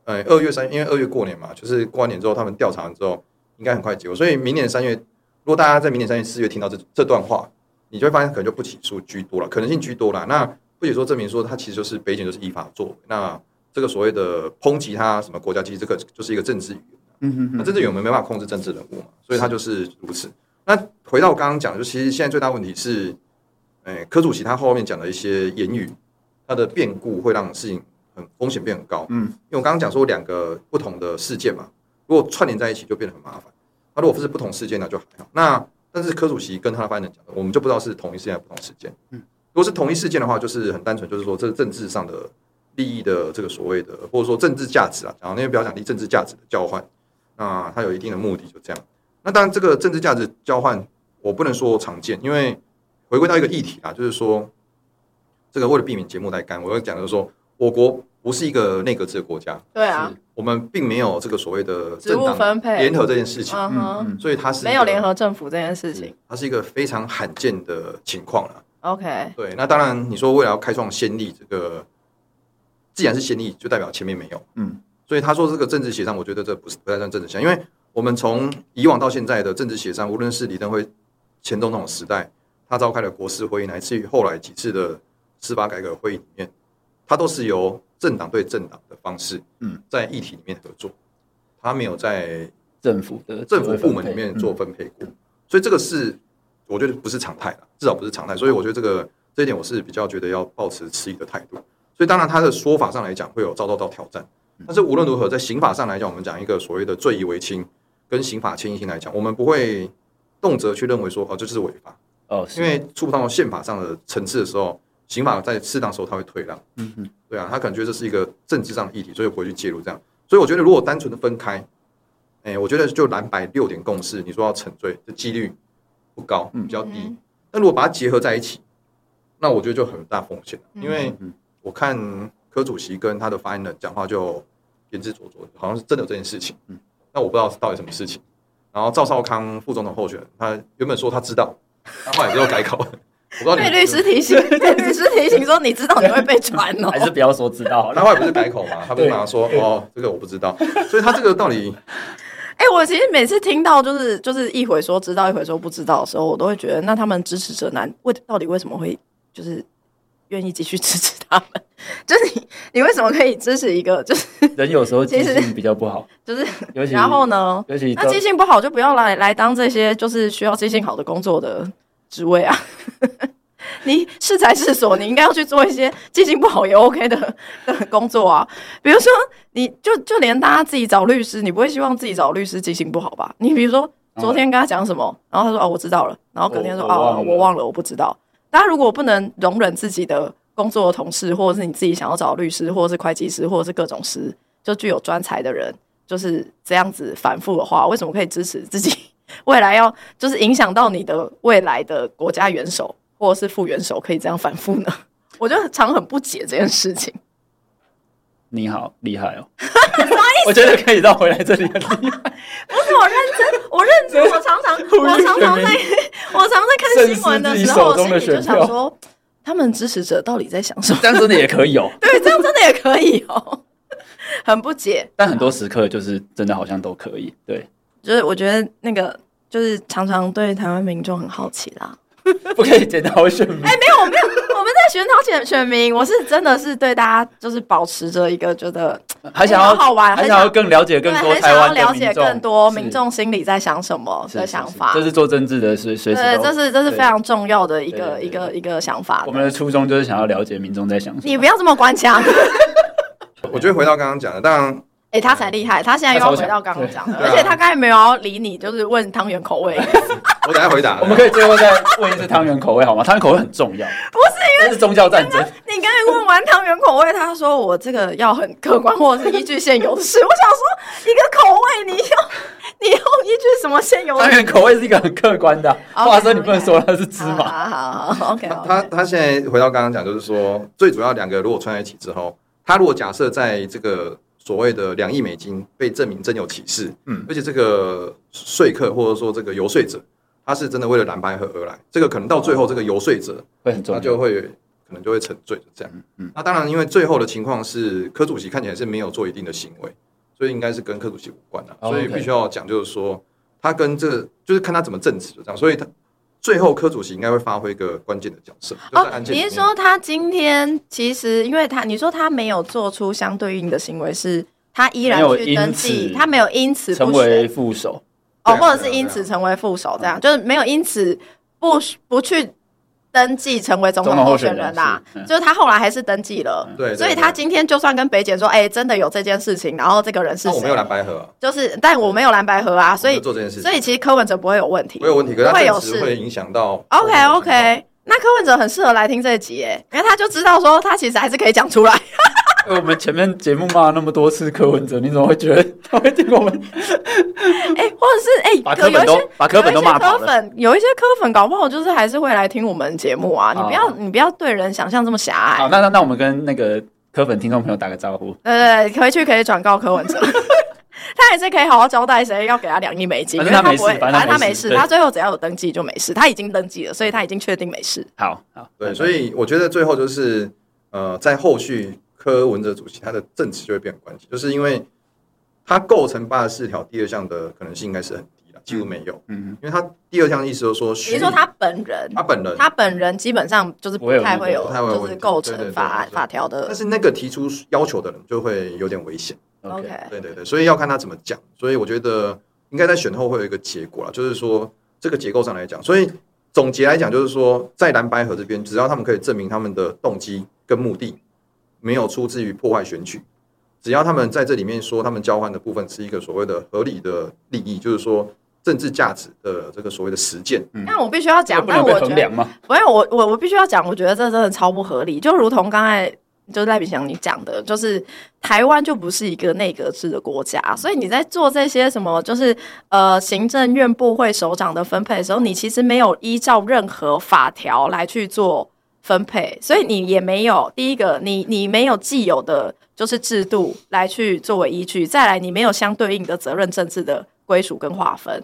Speaker 3: 呃，二月三，因为二月过年嘛，就是过完年之后，他们调查完之后，应该很快结果。所以明年三月，如果大家在明年三月、四月听到这这段话，你就会发现可能就不起诉居多了，可能性居多了。那不起诉证明说他其实就是北检就是依法作为。那这个所谓的抨击他什么国家，其实这个就是一个政治语言。
Speaker 2: 嗯
Speaker 3: 那政治有没有办法控制政治人物嘛，所以他就是如此。那回到我刚刚讲的，就其实现在最大问题是，哎、柯主席他后面讲的一些言语，他的变故会让事情很风险变很高。
Speaker 2: 嗯，
Speaker 3: 因为我刚刚讲说两个不同的事件嘛，如果串联在一起就变得很麻烦。那如果是不同事件那就还好。那但是柯主席跟他的发言人讲的，我们就不知道是同一事件还是不同事件。
Speaker 2: 嗯，
Speaker 3: 如果是同一事件的话，就是很单纯，就是说这是政治上的利益的这个所谓的，或者说政治价值啊，然后那边不要讲利益政治价值的交换。那它有一定的目的，就这样。那当然，这个政治价值交换，我不能说常见，因为回归到一个议题啊，就是说，这个为了避免节目带干，我要讲的就是说，我国不是一个内阁制的国家，
Speaker 1: 对啊，
Speaker 3: 我们并没有这个所谓的
Speaker 1: 职
Speaker 3: 政
Speaker 1: 务
Speaker 3: 党
Speaker 1: 分配
Speaker 3: 联合这件事情，
Speaker 1: 嗯
Speaker 2: 嗯
Speaker 1: 哼，
Speaker 2: 嗯，
Speaker 3: 所以它是一个
Speaker 1: 没有联，合政府这件事情。
Speaker 3: 它是一个非常罕见的情况了。
Speaker 1: OK，
Speaker 3: 对，那当然，你说为了要开创先例，这个既然是先例，就代表前面没有。
Speaker 2: 嗯，
Speaker 3: 所以他说这个政治协商，我觉得这不是不太算政治协商，因为我们从以往到现在的政治协商，无论是李登辉前总统时代，他召开的国事会议，乃至于后来几次的司法改革会议里面，他都是由政党对政党的方式，
Speaker 2: 嗯，
Speaker 3: 在议题里面合作，他没有在
Speaker 2: 政府的
Speaker 3: 政府部门里面
Speaker 4: 嗯
Speaker 3: 做分配嗯过，所以这个是我觉得不是常态了，至少不是常态。所以我觉得这个这一点我是比较觉得要保持迟疑的态度。所以当然他的说法上来讲会有遭到到挑战，但是无论如何，在刑法上来讲，我们讲一个所谓的罪以为轻，跟刑法轻易性来讲，我们不会动辄去认为说哦这就是违法，
Speaker 2: 哦，
Speaker 3: 因为触碰到宪法上的层次的时候，刑法在适当时候它会退让。
Speaker 2: 嗯嗯
Speaker 3: 对啊，他可能觉得这是一个政治上的议题，所以不会去介入这样。所以我觉得如果单纯的分开，哎、我觉得就蓝白六点共识，你说要沉醉，这几率不高，比较低。
Speaker 1: 嗯
Speaker 3: 那如果把它结合在一起，那我觉得就很大风险了，因为
Speaker 2: 嗯
Speaker 3: 我看柯主席跟他的发言人讲话就言之灼灼，好像是真的有这件事情。嗯，那我不知道到底什么事情。然后赵少康副总统候选人，他原本说他知道，他后来之后改口，我告诉
Speaker 1: 被，
Speaker 3: 你
Speaker 1: 律师提 醒，被律师提醒说你知道你会被传哦
Speaker 4: 还。是不要说知 道好
Speaker 3: 他
Speaker 4: 了。
Speaker 3: 后来不是改口嘛，他不是拿说哦，这个我不知道，所以他这个到底
Speaker 1: 哎、我其实每次听到就是就是一回说知道，一回说不知道的时候，我都会觉得，那他们支持者难为到底为什么会就是愿意继续支持他们？ 就是你你为什么可以支持一个就是
Speaker 4: 人有时候记
Speaker 1: 其实
Speaker 4: 性比较不好，
Speaker 1: 就是
Speaker 4: 尤其
Speaker 1: 然后呢？
Speaker 4: 尤其
Speaker 1: 那记性不好就不要来来当这些就是需要记性好的工作的职位啊。 你是才是所，你应该要去做一些记性不好也 OK 的的 工作啊。比如说，你就就连大家自己找律师，你不会希望自己找律师记性不好吧？你比如说昨天跟他讲什么，然后他说哦我知道了，然后隔天说
Speaker 4: 我嗯我忘
Speaker 1: 哦
Speaker 4: 了
Speaker 1: 我忘了我不知道。大家如果不能容忍自己的工作的同事，或者是你自己想要找律师，或者是会计师，或者是各种师，就具有专才的人，就是这样子反复的话，为什么可以支持自己 未来要就是影响到你的未来的国家元首或者是副元首可以这样反复呢？我就常很不解这件事情。
Speaker 4: 你好厉害 哦，我觉得可以绕回来这里很厉害，
Speaker 1: 不是我认真，我认真，我常常，我常常在， 我常在看新闻的时候，我
Speaker 4: 正视自己手中的
Speaker 1: 心里就
Speaker 4: 选
Speaker 1: 想
Speaker 4: 票
Speaker 1: 说，他们支持者到底在想什么？
Speaker 4: 这样真的也可以哦。
Speaker 1: 对，这样真的也可以哦，很不解。
Speaker 4: 但很多时刻就是真的好像都可以， 对，
Speaker 1: 就是我觉得那个，就是常常对台湾民众很好奇啦。
Speaker 4: 不可以检讨选民。
Speaker 1: 没有，我没有，我们在选讨选选民，我是真的是对大家就是保持着一个觉得
Speaker 4: 还想要
Speaker 1: 很好玩
Speaker 4: 还
Speaker 1: 很
Speaker 4: 想
Speaker 1: 想
Speaker 4: 要更了解更
Speaker 1: 对，
Speaker 4: 多
Speaker 1: 很想
Speaker 4: 台
Speaker 1: 要
Speaker 4: 湾的
Speaker 1: 了
Speaker 4: 民
Speaker 1: 解
Speaker 4: 众
Speaker 1: 更多
Speaker 4: 是
Speaker 1: 民众心里在想什么
Speaker 4: 是
Speaker 1: 的
Speaker 4: 是
Speaker 1: 想
Speaker 4: 是
Speaker 1: 法。
Speaker 4: 这是做政治的随随时
Speaker 1: 对，
Speaker 4: 都
Speaker 1: 这是这是
Speaker 4: 对
Speaker 1: 非常重要的一个
Speaker 4: 对对对
Speaker 1: 一个一个想法
Speaker 4: 我。们的初衷就是想要了解民众在想什么。
Speaker 1: 你不要这么官腔，
Speaker 3: 我觉得回到刚刚讲的，当然
Speaker 1: 哎，他才厉害，他现在又要回到刚刚讲的，
Speaker 3: 对
Speaker 1: 而且他刚才没有要理你，就是问汤圆口味，
Speaker 3: 我等一下回答，
Speaker 4: 我们可以最后再问一次汤圆口味好吗？汤圆口味很重要，不是因为是宗教战争，
Speaker 1: 你刚才问完汤圆口味，他说我这个要很客观，或者是依据现有的事。 我想说，一个口味你用你用依据什么现有的
Speaker 4: 汤
Speaker 1: 事？
Speaker 4: 圆口味是一个很客观的啊。
Speaker 1: OK，
Speaker 4: 话说你不能说它是芝
Speaker 1: 哦好
Speaker 4: 麻，
Speaker 1: 啊好好，OK，
Speaker 3: 他他现在回到刚刚讲，就是说最主要两个如果串在一起之后，他如果假设在这个所谓的两亿美金被证明真有其事，
Speaker 2: 嗯
Speaker 3: 而且这个说客或者说这个游说者，他是真的为了蓝白合而来，这个可能到最
Speaker 4: 哦
Speaker 3: 后这个游说者
Speaker 4: 会很重
Speaker 3: 他
Speaker 4: 要。
Speaker 3: 就会可能就会沉醉，就这样。
Speaker 4: 嗯
Speaker 3: 那当然，因为最后的情况是柯主席看起来是没有做一定的行为，所以应该是跟柯主席无关的、
Speaker 4: 哦
Speaker 3: 所以
Speaker 4: OK
Speaker 3: 必须要讲就是说，他跟这就是看他怎么证词，就这样。所以他最后柯主席应该会发挥一个关键的角色，就在
Speaker 1: 哦，
Speaker 3: 案件里
Speaker 1: 你
Speaker 3: 面
Speaker 1: 是说他今天其实，因为他你说他没有做出相对应的行为，是他依然
Speaker 4: 没有
Speaker 1: 去
Speaker 4: 因
Speaker 1: 登
Speaker 4: 此
Speaker 1: 记，他没有因此
Speaker 4: 成
Speaker 1: 不选
Speaker 4: 为副手，
Speaker 1: 哦，
Speaker 3: 对啊
Speaker 1: 或者
Speaker 3: 对
Speaker 1: 是
Speaker 3: 啊
Speaker 1: 因
Speaker 3: 对啊
Speaker 1: 此成为副手，这样就是没有因此不不去登记成为总
Speaker 4: 总
Speaker 1: 统
Speaker 4: 统
Speaker 1: 候
Speaker 4: 候
Speaker 1: 选
Speaker 4: 选
Speaker 1: 人
Speaker 4: 人
Speaker 1: 啦、
Speaker 4: 是嗯
Speaker 1: 就是他后来还是登记了，
Speaker 3: 嗯对对
Speaker 1: 所以
Speaker 3: 对
Speaker 1: 他今天就算跟北检说，哎、真的有这件事情，然后这个人是
Speaker 3: 那我没有
Speaker 1: 谁，
Speaker 3: 蓝白合啊、
Speaker 1: 就是但我没有蓝白盒啊，所
Speaker 3: 我没有
Speaker 1: 以
Speaker 3: 做这件事情，
Speaker 1: 所以其实柯文哲不会有问题，
Speaker 3: 我有问题，可是
Speaker 1: 不
Speaker 3: 他
Speaker 1: 会有
Speaker 3: 证词
Speaker 1: 事。
Speaker 3: 会影响到
Speaker 1: OK OK，那柯文哲很适合来听这一集哎，因为他就知道说他其实还是可以讲出来，
Speaker 4: 因为哎我们前面节目骂了那么多次柯文哲，你怎么会觉得 他会听我们？
Speaker 1: 哎、或者是哎、
Speaker 4: 把
Speaker 1: 有
Speaker 4: 柯
Speaker 1: 有
Speaker 4: 本
Speaker 1: 一些
Speaker 4: 都把柯本都骂
Speaker 1: 有
Speaker 4: 跑
Speaker 1: 一些科
Speaker 4: 了，
Speaker 1: 粉有一些科粉搞不好就是还是会来听我们节目啊！你不要、你不要对人想象这么狭
Speaker 4: 好，
Speaker 1: 隘。
Speaker 4: 那那那我们跟那个柯粉听众朋友打个招呼。
Speaker 1: 呃，回去可以转告柯文哲，他还是可以好好交代谁要给他两亿美金，
Speaker 4: 反
Speaker 1: 因
Speaker 4: 正他
Speaker 1: 为
Speaker 4: 没
Speaker 1: 不会，
Speaker 4: 事
Speaker 1: 反
Speaker 4: 反
Speaker 1: 正
Speaker 4: 正
Speaker 1: 他
Speaker 4: 他
Speaker 1: 没
Speaker 4: 没
Speaker 1: 事，
Speaker 4: 事
Speaker 1: 他
Speaker 4: 对
Speaker 1: 最后只要有登记就没事，他已经登记了，所以他已经确定没事。
Speaker 4: 好好，
Speaker 3: 对，所以我觉得最后就是呃，在后续柯文哲主席他的证词就会变很关键，就是因为他构成八十四条第二项的可能性应该是很低的，几乎没有，
Speaker 4: 嗯，
Speaker 3: 因为他第二项的意思就是说，
Speaker 1: 你是说他本人，
Speaker 3: 他本人，
Speaker 1: 他本人基本上就是不太会有
Speaker 3: 不太会有
Speaker 1: 就
Speaker 3: 问
Speaker 1: 是
Speaker 3: 题
Speaker 1: 构
Speaker 3: 对对
Speaker 1: 成
Speaker 3: 对
Speaker 1: 法案
Speaker 3: 对对
Speaker 1: 法条的
Speaker 3: 但。是那个提出要求的人就会有点危险，
Speaker 4: 嗯 OK，
Speaker 3: 对对对，所以要看他怎么讲，所以我觉得应该在选后会有一个结果啦，就是说这个结构上来讲，所以总结来讲就是说，在蓝白河这边，只要他们可以证明他们的动机跟目的没有出自于破坏选举，只要他们在这里面说他们交换的部分是一个所谓的合理的利益，就是说政治价值的这个所谓的实践，
Speaker 1: 但我必须要
Speaker 4: 这个
Speaker 1: 讲，
Speaker 4: 不
Speaker 1: 但
Speaker 4: 能被
Speaker 1: 我觉
Speaker 4: 衡
Speaker 1: 得
Speaker 4: 量吗？
Speaker 1: 不是我我我必须要讲，我觉得这真的超不合理，就如同刚才就是赖炳祥你讲的，就是台湾就不是一个内阁制的国家，所以你在做这些什么就是呃行政院部会首长的分配的时候，你其实没有依照任何法条来去做分配，所以你也没有第一个，你你没有既有的就是制度来去作为依据，再来你没有相对应的责任政治的归属跟划分。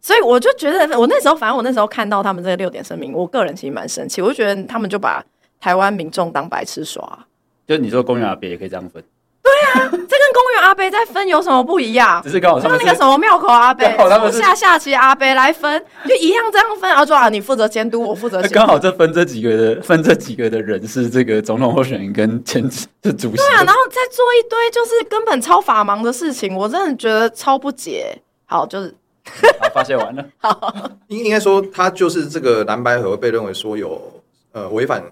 Speaker 1: 所以我就觉得，我那时候反正我那时候看到他们这个六点声明，我个人其实蛮生气，我就觉得他们就把台湾民众当白痴耍。
Speaker 2: 就你说公园阿伯也可以这样分，
Speaker 1: 这跟公园阿伯在分有什么不一样
Speaker 2: 只？是刚好他
Speaker 1: 用
Speaker 2: 们
Speaker 1: 那
Speaker 2: 是
Speaker 1: 个什么庙口阿 伯
Speaker 2: 刚好他、们是
Speaker 1: 下下棋阿伯来分，就一样这样分。然后说啊，你负责监督，我负责 监督。
Speaker 2: 刚好这分这几个的分这几个的人是这个总统候选人跟前是主席，
Speaker 1: 对啊，然后再做一堆就是根本超法盲的事情，我真的觉得超不解。好，就是
Speaker 2: 好发泄完了，
Speaker 3: 应应该说，他就是这个蓝白河被认为说有呃违反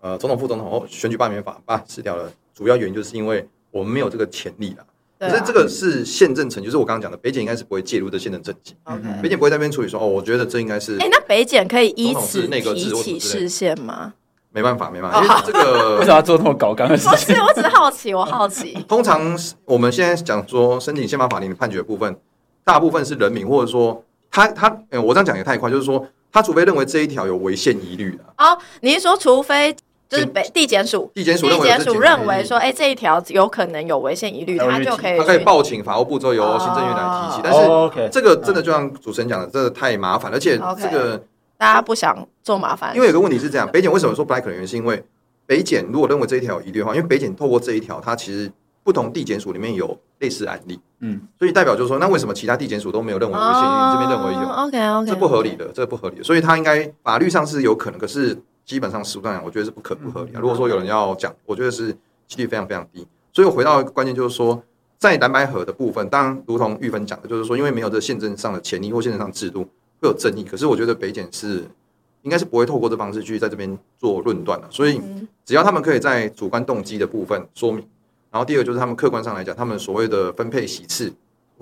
Speaker 3: 呃总统副总统候选举罢免法八十条的主要原因，就是因为我们没有这个潜力啦。
Speaker 1: 对、
Speaker 3: 可是
Speaker 1: 啊
Speaker 3: 这、个是宪政程序，就是我刚刚讲的，北检应该是不会介入的宪政政绩，
Speaker 1: OK。
Speaker 3: 北检不会在那边处理说哦，我觉得这应该是
Speaker 1: 嗯哎、那北检可以以此
Speaker 3: 总统制内阁制
Speaker 1: 提
Speaker 3: 或什
Speaker 1: 起
Speaker 3: 么之类
Speaker 1: 视线吗？
Speaker 3: 没办法，没
Speaker 1: 哦
Speaker 3: 办法，因为这
Speaker 2: 为
Speaker 3: 个
Speaker 2: 啥要做那么搞纲的事
Speaker 1: 不
Speaker 2: 情
Speaker 1: 是，？我只是好奇，我好奇。
Speaker 3: 通常是我们现在讲说申请宪法法庭的判决的部分，大部分是人民或者说他他，呃我这样讲也太快，就是说他除非认为这一条有违宪疑虑的，
Speaker 1: 哦，你是说除非就是北地检署？
Speaker 3: 地检署
Speaker 1: 地
Speaker 3: 认为有
Speaker 1: 检
Speaker 3: 这
Speaker 1: 署
Speaker 3: 个
Speaker 1: 认为说，哎、这一条有可能有违宪疑虑，
Speaker 2: 还有
Speaker 1: 他
Speaker 2: 问
Speaker 1: 就
Speaker 2: 题
Speaker 1: 可以
Speaker 3: 他可以
Speaker 1: 去
Speaker 3: 报请法务部之后由行政院来提起，但是。
Speaker 2: 哦 OK，
Speaker 3: 这个真的就像主持人讲的，真的太麻烦，而且
Speaker 1: OK
Speaker 3: 这个
Speaker 1: 大家不想做麻烦，
Speaker 3: 因为有个问题是这样，北检为什么说不太可能？原因是因为北检如果认为这一条有疑虑的话，因为北检透过这一条，它其实不同地检署里面有类似案例，
Speaker 2: 嗯，
Speaker 3: 所以代表就是说，那为什么其他地检署都没有认为违宪，
Speaker 1: 哦
Speaker 3: 你这边认为有？
Speaker 1: OK OK，
Speaker 3: 这不合理。的，这不合理的，所以它应该法律上是有可能，可是基本上实务上讲，我觉得是不可不合理、啊。如果说有人要讲，我觉得是几率非常非常低。所以我回到关键就是说，在蓝白河的部分，当然如同玉芬讲的，就是说因为没有这宪政上的潜力或宪政上的制度会有争议，可是我觉得北检是应该是不会透过这方式去在这边做论断的，所以只要他们可以在主观动机的部分说明，然后第二个就是他们客观上来讲，他们所谓的分配席次、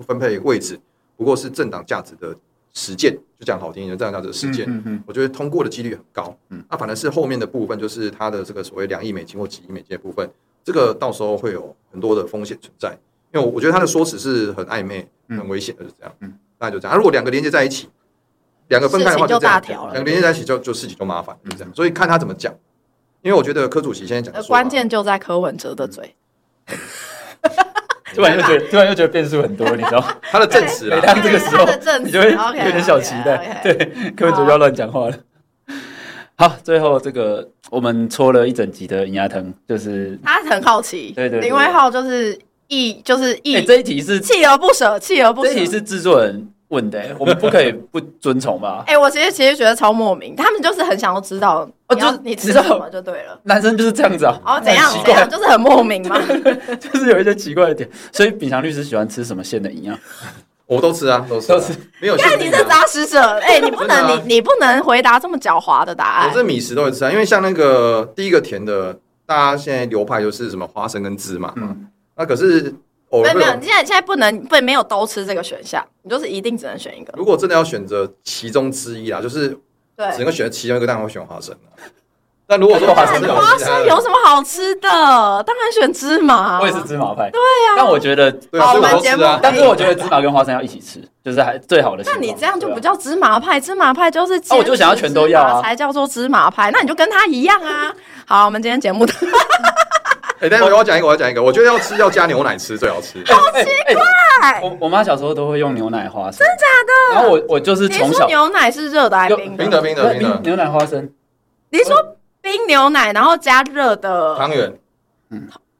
Speaker 3: 分配位置，不过是政党价值的实践，就讲好听一点，政党价值的实践。
Speaker 2: 嗯嗯，
Speaker 3: 我觉得通过的几率很高。嗯，那反而是后面的部分，就是它的这个所谓两亿美金或几亿美金的部分，这个到时候会有很多的风险存在，因为我我觉得它的说辞是很暧昧、很危险的，就是这样。嗯，大概就这样。啊如果两个连接在一起，两个分开的话
Speaker 1: 事情就
Speaker 3: 这样
Speaker 1: 大条了
Speaker 3: 两个连接在一起就就事情就麻烦，就这样。所以看他怎么讲，因为我觉得柯主席现在讲的
Speaker 1: 呃
Speaker 3: 说啊法
Speaker 1: 关 键就在柯文哲的嘴，
Speaker 2: 突然又
Speaker 1: 啊
Speaker 2: 觉得突然又觉得变数很多，你知道吗？
Speaker 3: 他的证词啊啦
Speaker 2: 每，当这个时候
Speaker 1: 他的证词
Speaker 2: 你就会
Speaker 1: OK，
Speaker 2: 有点小期待
Speaker 1: OK，OK，
Speaker 2: 对，根本就不要乱讲话了。好，最后这个我们搓了一整集的银牙藤，就是
Speaker 1: 他很好奇。
Speaker 2: 对对对
Speaker 1: 林威浩就是一就是一
Speaker 2: 哎、这一题是
Speaker 1: 锲而不舍，锲而不
Speaker 2: 这
Speaker 1: 舍
Speaker 2: 一。题是制作人问的、我们不可以不遵从吧？
Speaker 1: 哎、我其实其实觉得超莫名，他们就是很想要知道
Speaker 2: 哦
Speaker 1: 你要，
Speaker 2: 就
Speaker 1: 你吃
Speaker 2: 你知道
Speaker 1: 什么就对了。
Speaker 2: 男生就是这样子啊，
Speaker 1: 哦，怎样
Speaker 2: 很奇
Speaker 1: 怎
Speaker 2: 怪
Speaker 1: 样，就是很莫名嘛。
Speaker 2: 就是有一些奇怪的点。 所以秉祥律师喜欢吃什么馅的营养？
Speaker 3: 我都吃啊，都吃啊
Speaker 2: 都吃，
Speaker 3: 没有
Speaker 1: 看
Speaker 3: 限
Speaker 1: 你
Speaker 3: 定
Speaker 1: 是
Speaker 3: 啊。
Speaker 1: 杂食者， 哎、你不
Speaker 3: 真的
Speaker 1: 能
Speaker 3: 啊
Speaker 1: 你你不能回答这么狡猾的答案
Speaker 3: 我。这米食都会吃啊，因为像那个第一个甜的，大家现在流派就是什么花生跟芝麻嘛，那可是偶
Speaker 1: 没
Speaker 3: 尔
Speaker 1: 有
Speaker 3: 会
Speaker 1: 没有，
Speaker 3: 有
Speaker 1: 你现在现在不能不没有都吃这个选项，你就是一定只能选一个。
Speaker 3: 如果真的要选择其中之一啦，啊就是
Speaker 1: 对，哎
Speaker 3: 只能选择其中一个，当然会选花生啦。但如果说
Speaker 2: 花
Speaker 3: 生
Speaker 2: 生
Speaker 3: 有
Speaker 1: 花
Speaker 3: 其他
Speaker 1: 生
Speaker 3: 的
Speaker 1: 有什么好吃的？当然选芝麻。
Speaker 2: 我也是芝麻派。对呀、但我觉得，
Speaker 3: 对啊，
Speaker 1: 好
Speaker 3: 所以我
Speaker 1: 我
Speaker 3: 都
Speaker 1: 们节
Speaker 3: 吃
Speaker 1: 目
Speaker 3: 啊。
Speaker 2: 但是我觉得芝麻跟花生要一起吃，就是还最好的形
Speaker 1: 那
Speaker 2: 状。
Speaker 1: 你这样就
Speaker 2: 对啊
Speaker 1: 不叫芝麻派，芝麻派就是
Speaker 2: 啊我就想要全都要啊
Speaker 1: 坚持芝麻才叫做芝麻派。那你就跟他一样啊。 好，我们今天节目的
Speaker 3: 哎，但是我要讲一个，我要讲一个，我觉得要吃要加牛奶吃最好吃。
Speaker 2: 好奇怪。哎我我妈小时候都会用牛奶花生，真假的？然后我我就是
Speaker 1: 你
Speaker 2: 从
Speaker 1: 说
Speaker 2: 小
Speaker 1: 牛奶是热的还是冰
Speaker 3: 冰
Speaker 1: 的？
Speaker 3: 的冰的冰的
Speaker 2: 牛奶花生，
Speaker 1: 你说冰牛奶，然后加热的
Speaker 3: 汤圆，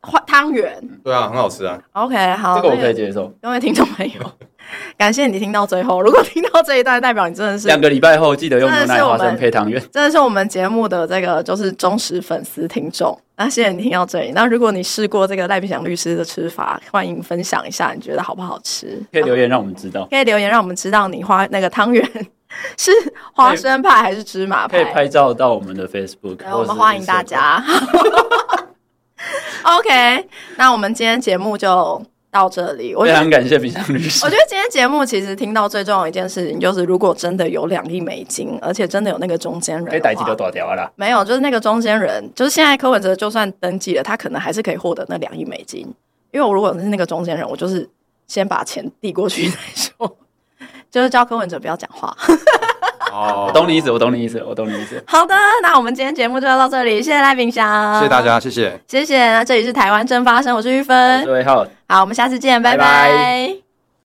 Speaker 1: 花汤圆。
Speaker 3: 对啊，很好吃啊。
Speaker 1: OK，好，
Speaker 2: 这个我
Speaker 1: 那
Speaker 2: 可以接受。
Speaker 1: 各位听众朋友， 感谢你听到最后。如果听到这一段，代表你真的是
Speaker 2: 两个礼拜后记得用牛
Speaker 1: 真的
Speaker 2: 奶
Speaker 1: 是我
Speaker 2: 花
Speaker 1: 们
Speaker 2: 生配汤 圆。
Speaker 1: 真的是我们节目的这个就是忠实粉丝听众。那谢谢你听到这里。那如果你试过这个赖炳祥律师的吃法，欢迎分享一下，你觉得好不好吃？啊
Speaker 2: 可以留言让我们知道，
Speaker 1: 可以留言让我们知道你花那个汤圆是花生派还是芝麻
Speaker 2: 可以
Speaker 1: 派。
Speaker 2: 拍照到我们的 Facebook，
Speaker 1: 对
Speaker 2: 或
Speaker 1: 我们
Speaker 2: 者是
Speaker 1: 欢迎大
Speaker 2: Instagram。
Speaker 1: 家。OK，那我们今天节目就到这里。我
Speaker 2: 非
Speaker 1: 觉得
Speaker 2: 常感谢冰箱律师
Speaker 1: 我。觉得今天节目其实听到最重要的一件事情，就是如果真的有两亿美金，而且真的有那个中间人的话，
Speaker 2: 可以逮几条大条啊啦，
Speaker 1: 没有，就是那个中间人，就是现在柯文哲就算登记了，他可能还是可以获得那两亿美金。因为我如果是那个中间人，我就是先把钱递过去再说， 就是叫柯文哲不要讲话。
Speaker 3: 哦
Speaker 2: 我懂你意思，我懂你意思，我懂你意思。
Speaker 1: 好的，那我们今天节目就到这里，谢谢赖炳祥，
Speaker 3: 谢谢大，家，谢谢。
Speaker 1: 谢谢。那这里是台湾正发生，我是玉芬，
Speaker 2: 对，好，
Speaker 1: 好，我们下次见，拜
Speaker 2: 拜
Speaker 1: 拜